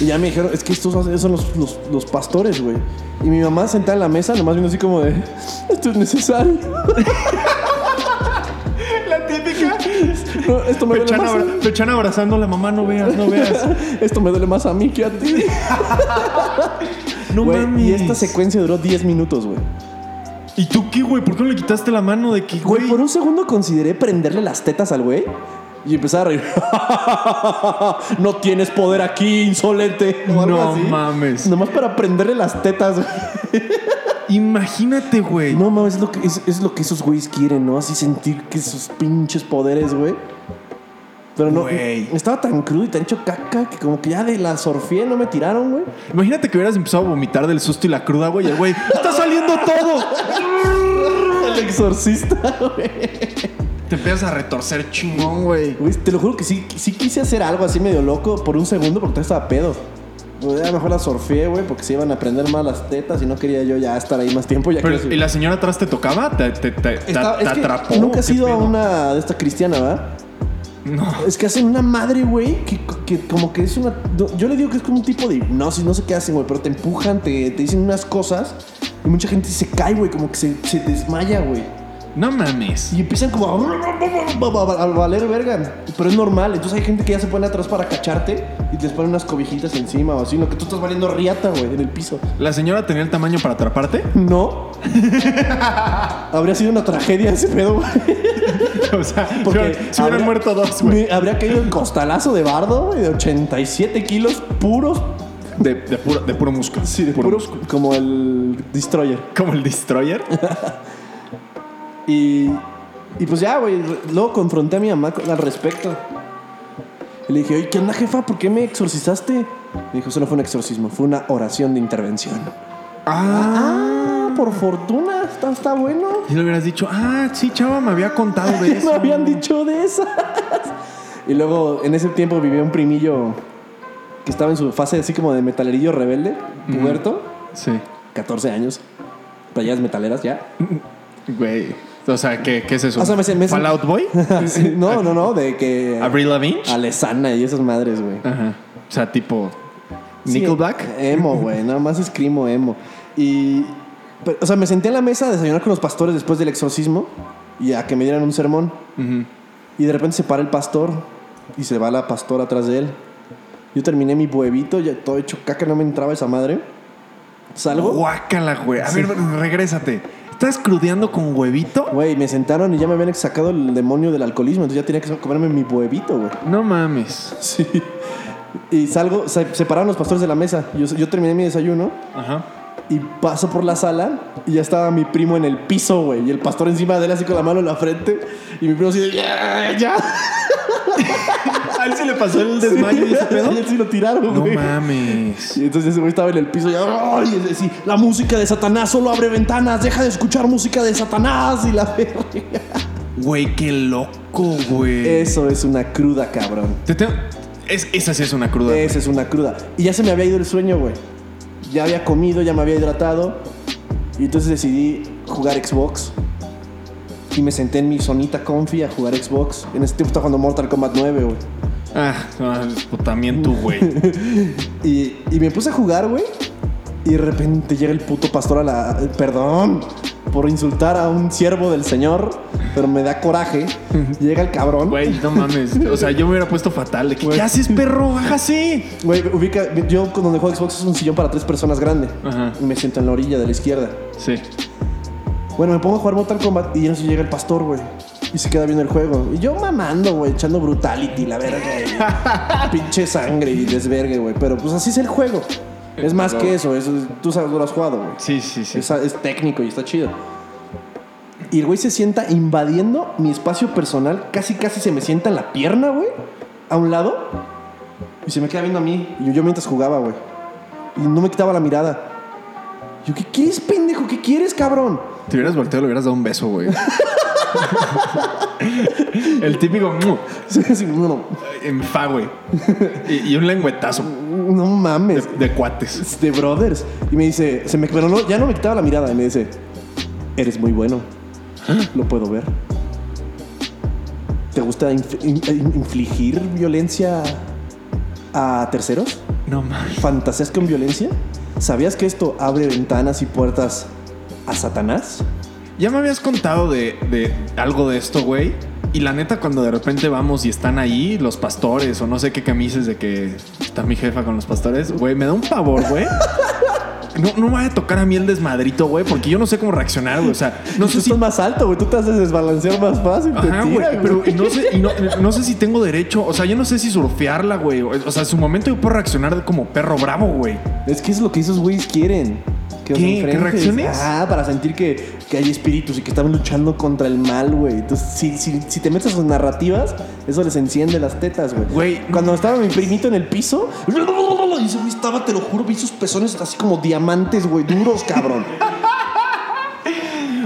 S1: y ya me dijeron, es que estos son- son los, los- los pastores, güey. Y mi mamá sentada en la mesa, nomás viendo así como de, esto es necesario.
S2: La típica.
S1: No, esto me duele
S2: Pechana,
S1: más. a-
S2: abra- Pechana abrazando a la mamá, no veas, no
S1: [laughs]
S2: veas.
S1: Esto me duele más a mí que a ti.
S2: No
S1: Güey,
S2: mames.
S1: y esta secuencia duró 10 minutos, güey.
S2: ¿Y tú qué, güey? ¿Por qué no le quitaste la mano de qué, güey?
S1: Güey, por un segundo consideré prenderle las tetas al güey y empezar a reír. [laughs] no tienes poder aquí, insolente. o algo
S2: No
S1: así.
S2: mames.
S1: Nomás para prenderle las tetas, güey.
S2: Imagínate, güey.
S1: No mames, es lo, que, es, es lo que esos güeyes quieren, ¿no? Así sentir que sus pinches poderes, güey. Pero no,
S2: Güey.
S1: estaba tan crudo y tan hecho caca que como que ya de la sorfié no me tiraron, güey.
S2: Imagínate que hubieras empezado a vomitar del susto y la cruda, güey. Y el güey, ¡está saliendo todo!
S1: El exorcista, güey.
S2: Te empiezas a retorcer chingón, güey.
S1: Güey, te lo juro que sí, sí quise hacer algo así medio loco por un segundo porque todavía estaba pedo. Güey, a lo mejor la sorfié, güey, porque se iban a prender más las tetas y no quería yo ya estar ahí más tiempo. Ya
S2: Pero,
S1: que-
S2: ¿Y la señora atrás te tocaba? ¿Te, te, te- te-
S1: Estaba-
S2: te
S1: es que
S2: atrapó?
S1: Nunca he
S2: ¿Qué
S1: sido
S2: pedo?
S1: una de esta cristiana, ¿verdad?
S2: No.
S1: Es que hacen una madre, güey, que, que como que es una... Yo le digo que es como un tipo de hipnosis, no sé qué hacen, güey, pero te empujan, te, te dicen unas cosas y mucha gente se cae, güey, como que se, se desmaya, güey.
S2: No mames.
S1: Y empiezan como a, a valer verga. Pero es normal. Entonces hay gente que ya se pone atrás para cacharte y les ponen unas cobijitas encima o así. No, que tú estás valiendo riata, güey, en el piso.
S2: ¿La señora tenía el tamaño para atraparte? [laughs]
S1: No. [laughs] Habría sido una tragedia ese pedo, güey.
S2: O sea, se
S1: Porque
S2: hubieran- se hubieran
S1: habría-
S2: muerto dos, güey.
S1: me- Habría caído en costalazo de bardo, güey, de 87 kilos puros.
S2: De, de puro, de puro músculo.
S1: Sí, de puros. Como el Destroyer.
S2: Como el Destroyer.
S1: Y, y pues ya, güey, re- luego confronté a mi mamá con- al respecto. Y le dije, oye, ¿qué onda, jefa? ¿Por qué me exorcizaste? Me dijo, eso no fue un exorcismo, fue una oración de intervención.
S2: Ah.
S1: [laughs] Ah, por fortuna, está, está bueno.
S2: Y le hubieras dicho, ah, sí, chava, me había contado de
S1: Ya
S2: eso.
S1: [laughs] me habían dicho de esas. [laughs] Y luego, en ese tiempo, vivía un primillo que estaba en su fase así como de metalerillo rebelde, puberto,
S2: Sí.
S1: 14 años, playas metaleras ya.
S2: Güey. O sea, ¿qué, qué es eso?
S1: O sea, me- me- [laughs]
S2: ¿Fallout Boy?
S1: [laughs] Sí, no, no, no, de que...
S2: ¿Avril Lavigne?
S1: Alesana y esas madres, güey.
S2: Ajá. O sea, tipo
S1: Sí, eh,
S2: Nickelback.
S1: emo, güey. Nada más escrimo emo. Y. pero, o sea, me senté en la mesa a desayunar con los pastores después del exorcismo y a que me dieran un sermón.
S2: Ujú.
S1: Y de repente se para el pastor y se va la pastora atrás de él. Yo terminé mi huevito, ya todo hecho caca, no me entraba esa madre. Salgo.
S2: Guácala, güey. A
S1: Sí.
S2: ver, regrésate. ¿Estás crudeando con huevito?
S1: Güey, me sentaron y ya me habían sacado el demonio del alcoholismo, entonces ya tenía que comerme mi huevito, güey.
S2: No mames.
S1: Sí. Y salgo, se se pararon los pastores de la mesa. Yo, yo terminé mi desayuno
S2: Ajá.
S1: Y paso por la sala y ya estaba mi primo en el piso, güey. Y el pastor encima de él así con la mano en la frente. Y mi primo así de, ya, ya.
S2: [laughs] A él se le pasó el
S1: Sí,
S2: desmayo y ese
S1: [laughs]
S2: pedo.
S1: y él sí lo tiraron,
S2: No
S1: güey.
S2: mames.
S1: y entonces ese güey estaba en el piso y, "Ay", y así, la música de Satanás solo abre ventanas, deja de escuchar música de Satanás y la verga.
S2: Güey, qué loco, güey.
S1: Eso es una cruda, cabrón.
S2: Te tengo- es- esa sí es una cruda. güey.
S1: Esa es una cruda. Y ya se me había ido el sueño, güey. Ya había comido, ya me había hidratado. Y entonces decidí jugar Xbox. Y me senté en mi zonita comfy a jugar Xbox. En ese tiempo estaba jugando Mortal Kombat 9, güey.
S2: Ah, ah, pues también tú, güey.
S1: Y, y me puse a jugar, güey. Y de repente llega el puto pastor a la... Perdón por insultar a un siervo del Señor. Pero me da coraje. Llega el cabrón.
S2: [laughs] Güey, no mames. O sea, yo me hubiera puesto fatal. de que,
S1: Güey.
S2: ¿Qué haces, perro? Bájase.
S1: Güey, ubica... Yo donde juego Xbox es un sillón para tres personas grande.
S2: Ajá.
S1: Y me siento en la orilla de la izquierda.
S2: Sí.
S1: Bueno, me pongo a jugar Mortal Kombat y en eso llega el pastor, güey. Y se queda viendo el juego. Y yo mamando, güey, echando brutality, la verga. y Pinche sangre y desvergue, güey. Pero pues así es el juego. Es más
S2: Pero-
S1: que eso, eso es- tú sabes, lo has jugado, güey.
S2: Sí, sí, sí.
S1: Es, es técnico y está chido. Y el güey se sienta invadiendo mi espacio personal. Casi, casi se me sienta en la pierna, güey. A un lado. Y se me queda viendo a mí. Y yo, yo mientras jugaba, güey. Y no me quitaba la mirada. Yo, ¿qué quieres, pendejo? ¿Qué quieres, cabrón?
S2: Te hubieras volteado, le hubieras dado un beso, güey. [laughs] El típico "Mu",
S1: Sí, sí, no, no.
S2: en fa, güey. Y, y un lengüetazo
S1: No
S2: de,
S1: mames.
S2: de cuates.
S1: De brothers. Y me dice, se me, pero no, ya no me quitaba la mirada. Y me dice, eres muy bueno.
S2: ¿Ah?
S1: Lo puedo ver. ¿Te gusta inf- in- in- infligir violencia a terceros?
S2: No mames.
S1: ¿Fantaseas con violencia? ¿Sabías que esto abre ventanas y puertas a Satanás?
S2: Ya me habías contado de, de algo de esto, güey. Y la neta, cuando de repente vamos y están ahí los pastores o no sé qué camises de que está mi jefa con los pastores, güey, me da un pavor, güey. No, no me vaya a tocar a mí el desmadrito, güey, porque yo no sé cómo reaccionar, güey. O sea, no
S1: tú
S2: sé si
S1: estás más alto, güey. Tú te haces desbalancear más fácil. te
S2: Pues Ajá, güey,
S1: tiran,
S2: pero
S1: güey.
S2: no sé, y no, no sé si tengo derecho, o sea, yo no sé si surfearla, güey. O o sea, en su momento yo puedo reaccionar como perro bravo, güey.
S1: Es que es lo que esos güeyes quieren. Que, los
S2: ¿Qué? ¿Que
S1: enfrentes.
S2: reacciones?
S1: Ah, para sentir que, que hay espíritus y que están luchando contra el mal, güey. Entonces, si, si, si te metes a sus narrativas, eso les enciende las tetas, güey.
S2: Güey.
S1: Cuando estaba mi primito en el piso, y ese güey estaba, te lo juro, vi sus pezones así como diamantes, güey, duros,
S2: [laughs]
S1: cabrón.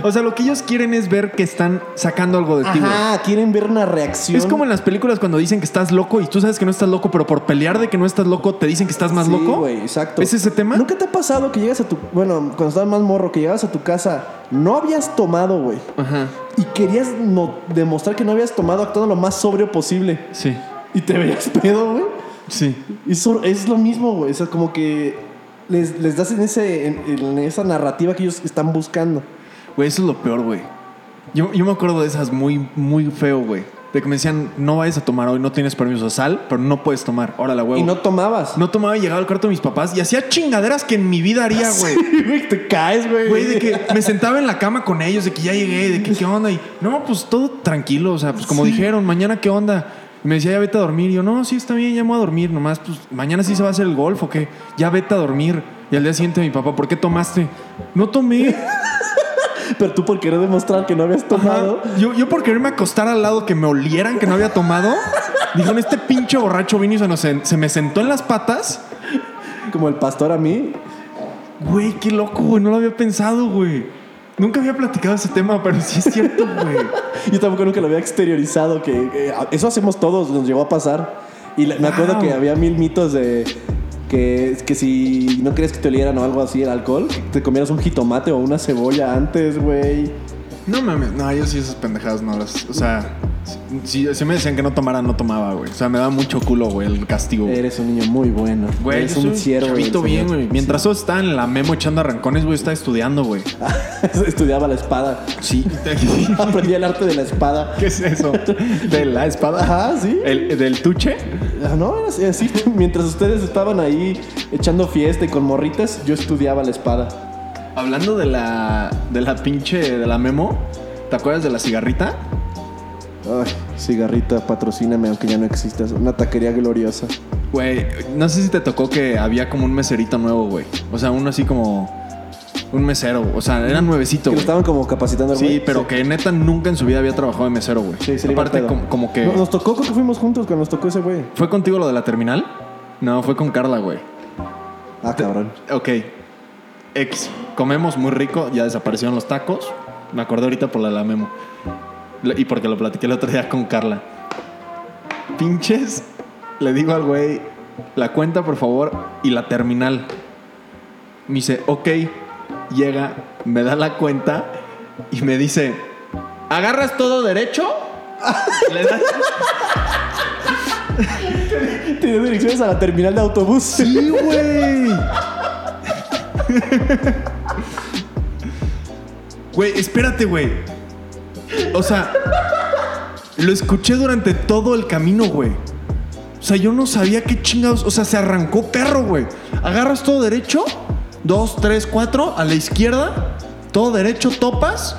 S2: O sea, lo que ellos quieren es ver que están sacando algo de ti, güey.
S1: Ajá, quieren ver una reacción.
S2: Es como en las películas cuando dicen que estás loco y tú sabes que no estás loco, pero por pelear de que no estás loco te dicen que estás más
S1: Sí,
S2: loco.
S1: güey, exacto.
S2: ¿Es ese tema?
S1: ¿Nunca te ha pasado que llegas a tu. Bueno, cuando estabas más morro, que llegabas a tu casa, no habías tomado, güey.
S2: Ajá.
S1: Y querías no- demostrar que no habías tomado actuando lo más sobrio posible.
S2: Sí.
S1: Y te veías [laughs] pedo, güey.
S2: Sí.
S1: Y so- es lo mismo, güey. O sea, como que les, les das en, ese, en, en esa narrativa que ellos están buscando.
S2: Güey, eso es lo peor, güey. Yo, yo me acuerdo de esas muy, muy feo, güey. De que me decían, no vayas a tomar hoy, no tienes permiso, sal, pero no puedes tomar. Órale, huevo.
S1: Y no tomabas.
S2: No tomaba y llegaba al cuarto de mis papás y hacía chingaderas que en mi vida haría,
S1: [laughs]
S2: güey.
S1: Sí, güey, te caes, güey.
S2: Güey, de que me sentaba en la cama con ellos, de que ya llegué, de que qué onda. Y no, pues todo tranquilo, o sea, pues como dijeron, mañana qué onda. Y me decía, ya vete a dormir. Y yo, no, sí, está bien, ya me voy a dormir. Nomás, pues mañana sí se va a hacer el golf o qué. Ya vete a dormir. Y al día siguiente, mi papá, ¿por qué tomaste? No tomé.
S1: Pero tú por querer demostrar que no habías tomado.
S2: Ajá. Yo, yo por quererme acostar al lado que me olieran que no había tomado, dijeron, este pinche borracho vino y se, nos- se me sentó en las patas.
S1: Como el pastor a mí.
S2: Güey, qué loco, güey. No lo había pensado, güey. Nunca había platicado ese tema, pero sí es cierto, güey.
S1: Yo tampoco nunca lo había exteriorizado, que eh, eso hacemos todos, nos llegó a pasar. Y la- me acuerdo
S2: Wow.
S1: que había mil mitos de que, que si no querías que te olieran o algo así el alcohol, que te comieras un jitomate o una cebolla antes, güey.
S2: No mames, no, yo sí esas pendejadas no las. O sea, si, si- si me decían que no tomara, no tomaba, güey. O sea, me daba mucho culo, güey, el castigo. güey.
S1: Eres un niño muy bueno.
S2: Eh, Güey,
S1: Eres
S2: yo soy
S1: un siervo. del
S2: chavito
S1: Señor.
S2: bien, güey.
S1: [laughs]
S2: Mientras todos estaban en la memo echando arrancones, güey, estaba estudiando, güey.
S1: Estudiaba la espada. [laughs]
S2: Sí.
S1: Aprendí el arte de la espada.
S2: [laughs] ¿Qué es eso? ¿De la espada? Eh.
S1: Ajá, sí.
S2: ¿El, ¿Del tuche?
S1: Ah, No, era así, así. Mientras ustedes estaban ahí echando fiesta y con morritas, yo estudiaba la espada.
S2: Hablando de la, de la pinche, de la memo, ¿te acuerdas de la cigarrita?
S1: Ay, cigarrita, patrocíname aunque ya no existas. Una taquería gloriosa.
S2: Güey, no sé si te tocó que había como un meserito nuevo, güey. O sea, uno así como un mesero. O sea, era nuevecito,
S1: Que lo
S2: güey.
S1: estaban como capacitando. al
S2: Sí,
S1: güey.
S2: pero que neta nunca en su vida había trabajado de mesero, güey.
S1: Sí, sí, le iba
S2: Aparte,
S1: el pedo.
S2: como, como que.
S1: No, nos tocó, creo que fuimos juntos cuando nos tocó ese güey.
S2: ¿Fue contigo lo de la terminal? No, fue con Carla, güey.
S1: Ah, [laughs] cabrón.
S2: Ok. Ex. Comemos muy rico, ya desaparecieron los tacos. Me acordé ahorita por la de la memo. Lo- Y porque lo platiqué el otro día con Carla. Pinches. Le digo al güey, la cuenta por favor y la terminal. Me dice, ok. Llega, me da la cuenta y me dice, ¿agarras todo derecho? Le das-
S1: Tenía direcciones a la terminal de autobús.
S2: Sí, güey. Güey, espérate, güey. O sea, lo escuché durante todo el camino, güey. O sea, yo no sabía qué chingados. O sea, se arrancó perro, güey. Agarras todo derecho, dos, tres, cuatro, a la izquierda, todo derecho, topas.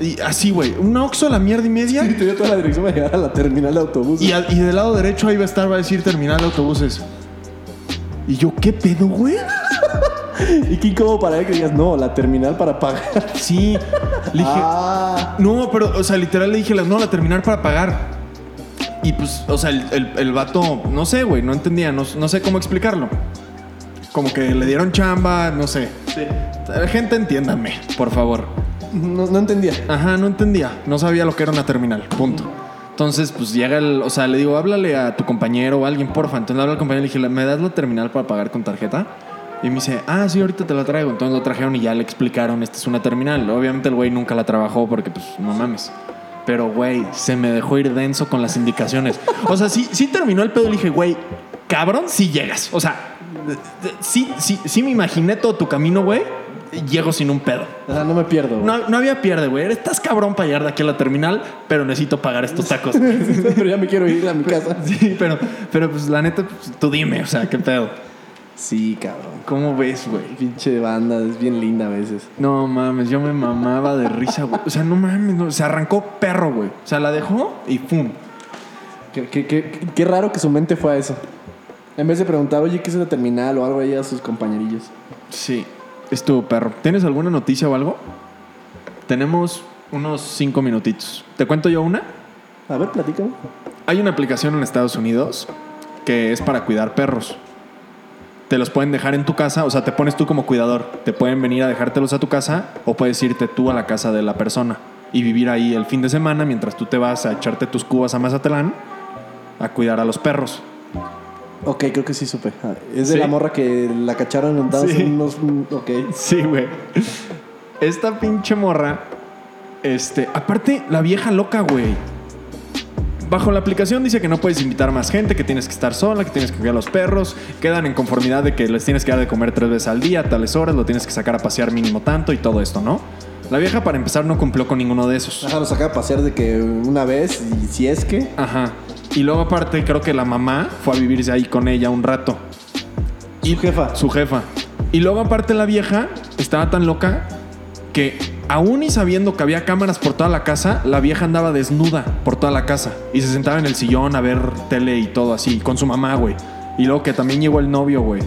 S2: Y así, güey. Un oxo a la mierda y
S1: [laughs]
S2: media.
S1: Y tenía toda la dirección para llegar a la terminal de autobús.
S2: Y, al- y del lado derecho ahí va a estar, va a decir terminal de autobuses. Y yo, ¿qué pedo, güey?
S1: Y qué incómodo para él que digas, no, la terminal para pagar.
S2: Sí. Le [laughs] dije,
S1: Ah,
S2: no, pero, o sea, literal le dije, la- no, la terminar para pagar. Y pues, o sea, el, el- el vato, no sé, güey, no entendía, no, no sé cómo explicarlo. Como que le dieron chamba, no sé. Gente, entiéndame, por favor.
S1: no, no entendía.
S2: Ajá, no entendía. No sabía lo que era una terminal. Punto. Entonces, pues llega el. O sea, le digo, háblale a tu compañero o a alguien, porfa. Entonces le hablo al compañero y le dije, ¿me das la terminal para pagar con tarjeta? Y me dice, ah, sí, ahorita te la traigo. Entonces lo trajeron y ya le explicaron, esta es una terminal. Obviamente el güey nunca la trabajó porque, pues, no mames. Pero, güey, se me dejó ir denso con las indicaciones. O sea, sí, sí terminó el pedo y le dije, güey, cabrón, sí llegas. O sea, sí, sí, sí me imaginé todo tu camino, güey. Llego sin un pedo.
S1: O sea, no me pierdo. güey.
S2: No, no había pierde, güey. Estás cabrón para llegar de aquí a la terminal, pero necesito pagar estos tacos.
S1: [laughs]
S2: [laughs]
S1: Pero ya me quiero ir a mi casa.
S2: sí, pero, pero pues la neta, pues, tú dime, o sea, qué pedo.
S1: Sí, cabrón.
S2: ¿Cómo ves, güey?
S1: Pinche banda, es bien linda a veces.
S2: No mames, yo me mamaba de risa, güey. O sea, no mames, no. se arrancó perro, güey. O sea, la dejó y pum.
S1: Qué, qué- qué- qué raro que su mente fue a eso. En vez de preguntar, oye, ¿qué es la terminal o algo ahí a sus compañerillos?
S2: Sí, estuvo perro. ¿Tienes alguna noticia o algo? Tenemos unos cinco minutitos. ¿Te cuento yo una?
S1: A ver, platícame.
S2: Hay una aplicación en Estados Unidos que es para cuidar perros. Te los pueden dejar en tu casa, o sea, te pones tú como cuidador. Te pueden venir a dejártelos a tu casa o puedes irte tú a la casa de la persona y vivir ahí el fin de semana mientras tú te vas a echarte tus cubas a Mazatlán a cuidar a los perros.
S1: Ok, creo que sí supe. Ah, Es de
S2: Sí.
S1: la morra que la cacharon dándose
S2: Sí.
S1: unos... mm, Ok.
S2: Sí, güey. Esta pinche morra. Este. Aparte, la vieja loca, güey. Bajo la aplicación dice que no puedes invitar más gente, que tienes que estar sola, que tienes que cuidar a los perros. Quedan en conformidad de que les tienes que dar de comer tres veces al día, a tales horas, lo tienes que sacar a pasear mínimo tanto y todo esto, ¿no? La vieja, para empezar, no cumplió con ninguno de esos.
S1: Ajá, nos acaba de pasar de que una vez, y si es que.
S2: Ajá. Y luego, aparte, creo que la mamá fue a vivirse ahí con ella un rato.
S1: Su jefa.
S2: Su jefa. Y luego, aparte, la vieja estaba tan loca que, aún y sabiendo que había cámaras por toda la casa, la vieja andaba desnuda por toda la casa. Y se sentaba en el sillón a ver tele y todo así, con su mamá, güey. Y luego que también llegó el novio, güey.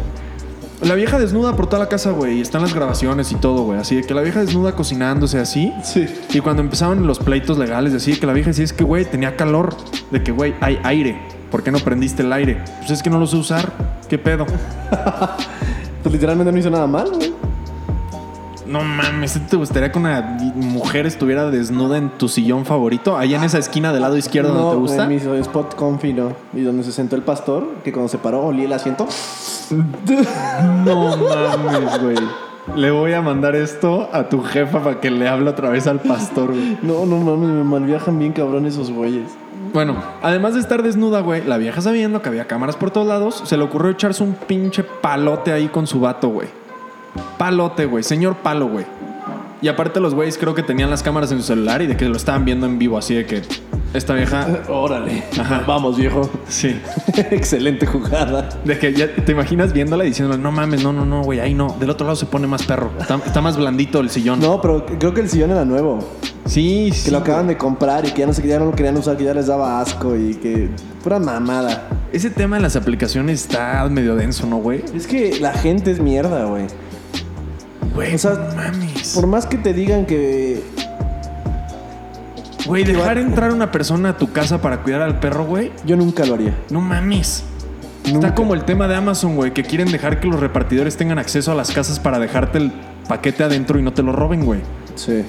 S2: La vieja desnuda por toda la casa, güey. Y están las grabaciones y todo, güey. Así de que la vieja desnuda cocinándose así.
S1: Sí.
S2: Y cuando empezaron los pleitos legales, decía que la vieja decía es que, güey, tenía calor. De que, güey, hay aire. ¿Por qué no prendiste el aire? Pues es que no lo sé usar. ¿Qué pedo?
S1: Pues literalmente no hizo nada mal, güey.
S2: No mames, ¿te gustaría que una mujer estuviera desnuda en tu sillón favorito? Allá en esa esquina del lado izquierdo
S1: no,
S2: donde te gusta.
S1: En mi spot comfy, no. Y donde se sentó el pastor, que cuando se paró olía el [laughs] asiento.
S2: No mames, güey. Le voy a mandar esto a tu jefa para que le hable otra vez al pastor, güey.
S1: No, no mames, me malviajan bien cabrón esos güeyes.
S2: Bueno, además de estar desnuda, güey, la vieja sabiendo que había cámaras por todos lados, se le ocurrió echarse un pinche palote ahí con su vato, güey. Palote, güey. Señor palo, güey. Y aparte los güeyes creo que tenían las cámaras en su celular y de que lo estaban viendo en vivo, así de que esta vieja...
S1: Órale. Vamos, viejo.
S2: Sí.
S1: [laughs] Excelente jugada.
S2: De que ya te imaginas viéndola y diciéndole, no mames, no, no, no, güey, ahí no. Del otro lado se pone más perro. Está, está más blandito el sillón.
S1: No, pero creo que el sillón era nuevo.
S2: Sí,
S1: Que lo acaban de comprar y que ya no, se, ya no lo querían usar, que ya les daba asco y que. Pura mamada.
S2: Ese tema de las aplicaciones está medio denso, ¿no, güey?
S1: Es que la gente es mierda, güey.
S2: Güey,
S1: O sea,
S2: no mames.
S1: Por más que te digan que.
S2: Güey, dejar entrar una persona a tu casa para cuidar al perro, güey.
S1: Yo nunca lo haría.
S2: No mames.
S1: Nunca.
S2: Está como el tema de Amazon, güey, que quieren dejar que los repartidores tengan acceso a las casas para dejarte el paquete adentro y no te lo roben, güey.
S1: Sí.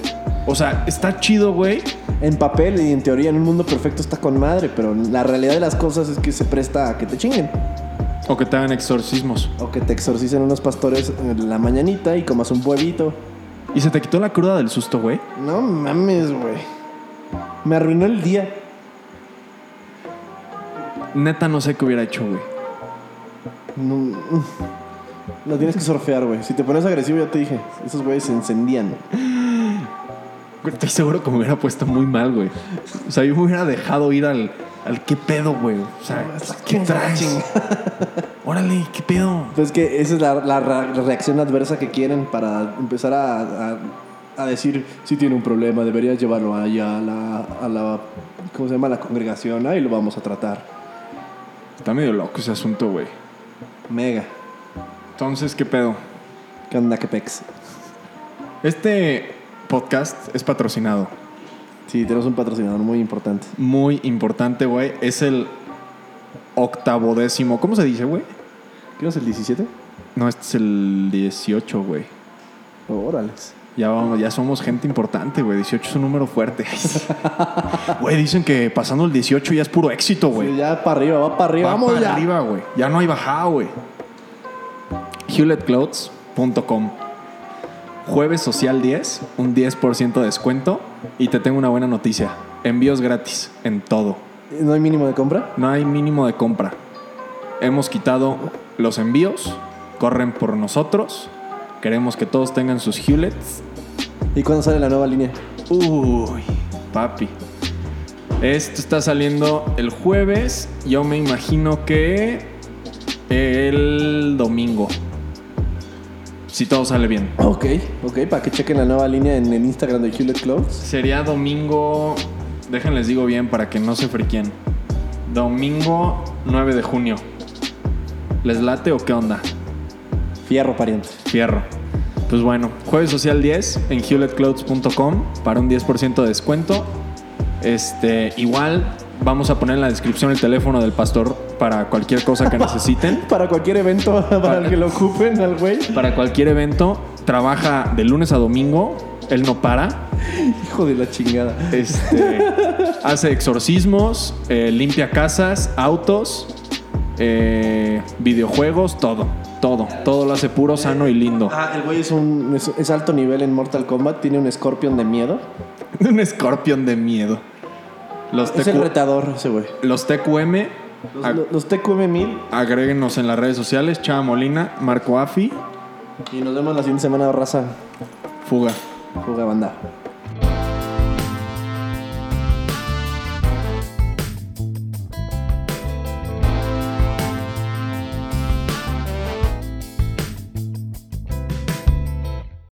S2: O sea, está chido, güey.
S1: En papel y en teoría, en un mundo perfecto está con madre, pero la realidad de las cosas es que se presta a que te chinguen.
S2: O que te hagan exorcismos.
S1: O que te exorcicen unos pastores en la mañanita y comas un huevito.
S2: ¿Y se te quitó la cruda del susto, güey?
S1: No mames, güey. Me arruinó el día.
S2: Neta, no sé qué hubiera hecho, güey.
S1: No, lo tienes que surfear, güey. Si te pones agresivo, ya te dije. Esos güeyes se encendían.
S2: Güey, Estoy seguro que me hubiera puesto muy mal, güey. O sea, yo me hubiera dejado ir al, al qué pedo, güey. O sea, ¿qué traes? [laughs] Órale, qué pedo.
S1: Entonces, que esa es la, la ra- la reacción adversa que quieren para empezar a, a- a decir si tiene un problema, debería llevarlo allá a la, a la- ¿Cómo se llama? A la congregación. Ahí lo vamos a tratar.
S2: Está medio loco ese asunto, güey.
S1: Mega.
S2: Entonces, ¿qué pedo?
S1: ¿Qué onda, qué pex?
S2: Este podcast es patrocinado.
S1: Sí, tenemos un patrocinador muy importante.
S2: Muy importante, güey. Es el octavodécimo. ¿Cómo se dice, güey?
S1: ¿Qué es el 17?
S2: No, este es el 18, güey.
S1: Órale.
S2: Ya vamos, ya somos gente importante, güey. 18 es un número fuerte. [laughs] Güey, dicen que pasando el 18 ya es puro éxito, güey.
S1: Sí, ya para arriba, va para arriba.
S2: Va
S1: vamos
S2: para
S1: ya.
S2: arriba, güey. Ya no hay bajada, güey. HewlettClothes.com Jueves Social 10, un 10% de descuento. Y te tengo una buena noticia. Envíos gratis en todo.
S1: ¿No hay mínimo de compra?
S2: No hay mínimo de compra. Hemos quitado los envíos. Corren por nosotros. Queremos que todos tengan sus Hewletts.
S1: ¿Y cuándo sale la nueva línea?
S2: Uy, papi. Esto está saliendo el jueves. Yo me imagino que el domingo. Si todo sale bien.
S1: Ok, ok, para que chequen la nueva línea en el Instagram de Hewlett Clothes.
S2: Sería domingo. Déjenles digo bien para que no se friquen. Domingo 9 de junio. ¿Les late o qué onda?
S1: Fierro, pariente.
S2: Fierro. Pues bueno, jueves social 10 en hewlettclothes.com para un 10% de descuento. Este, igual vamos a poner en la descripción el teléfono del pastor para cualquier cosa que
S1: [laughs]
S2: necesiten.
S1: Para cualquier evento, [laughs] para el que lo ocupen al güey.
S2: Para cualquier evento, trabaja de lunes a domingo, él no para.
S1: Hijo de la chingada.
S2: Este, hace exorcismos, eh, limpia casas, autos, eh, videojuegos, todo, todo, todo lo hace puro, sano y lindo.
S1: Ah, el güey es un es, es alto nivel en Mortal Kombat, tiene un Scorpion de miedo.
S2: [laughs] Un escorpión de miedo. Los
S1: Es el
S2: tecu-
S1: retador ese güey.
S2: Los TQM,
S1: Los,
S2: ag-
S1: los- los TQM 1000
S2: agréguenos en las redes sociales. Chava Molina, Marco Afi,
S1: y nos vemos la siguiente semana, raza.
S2: fuga.
S1: Fuga banda.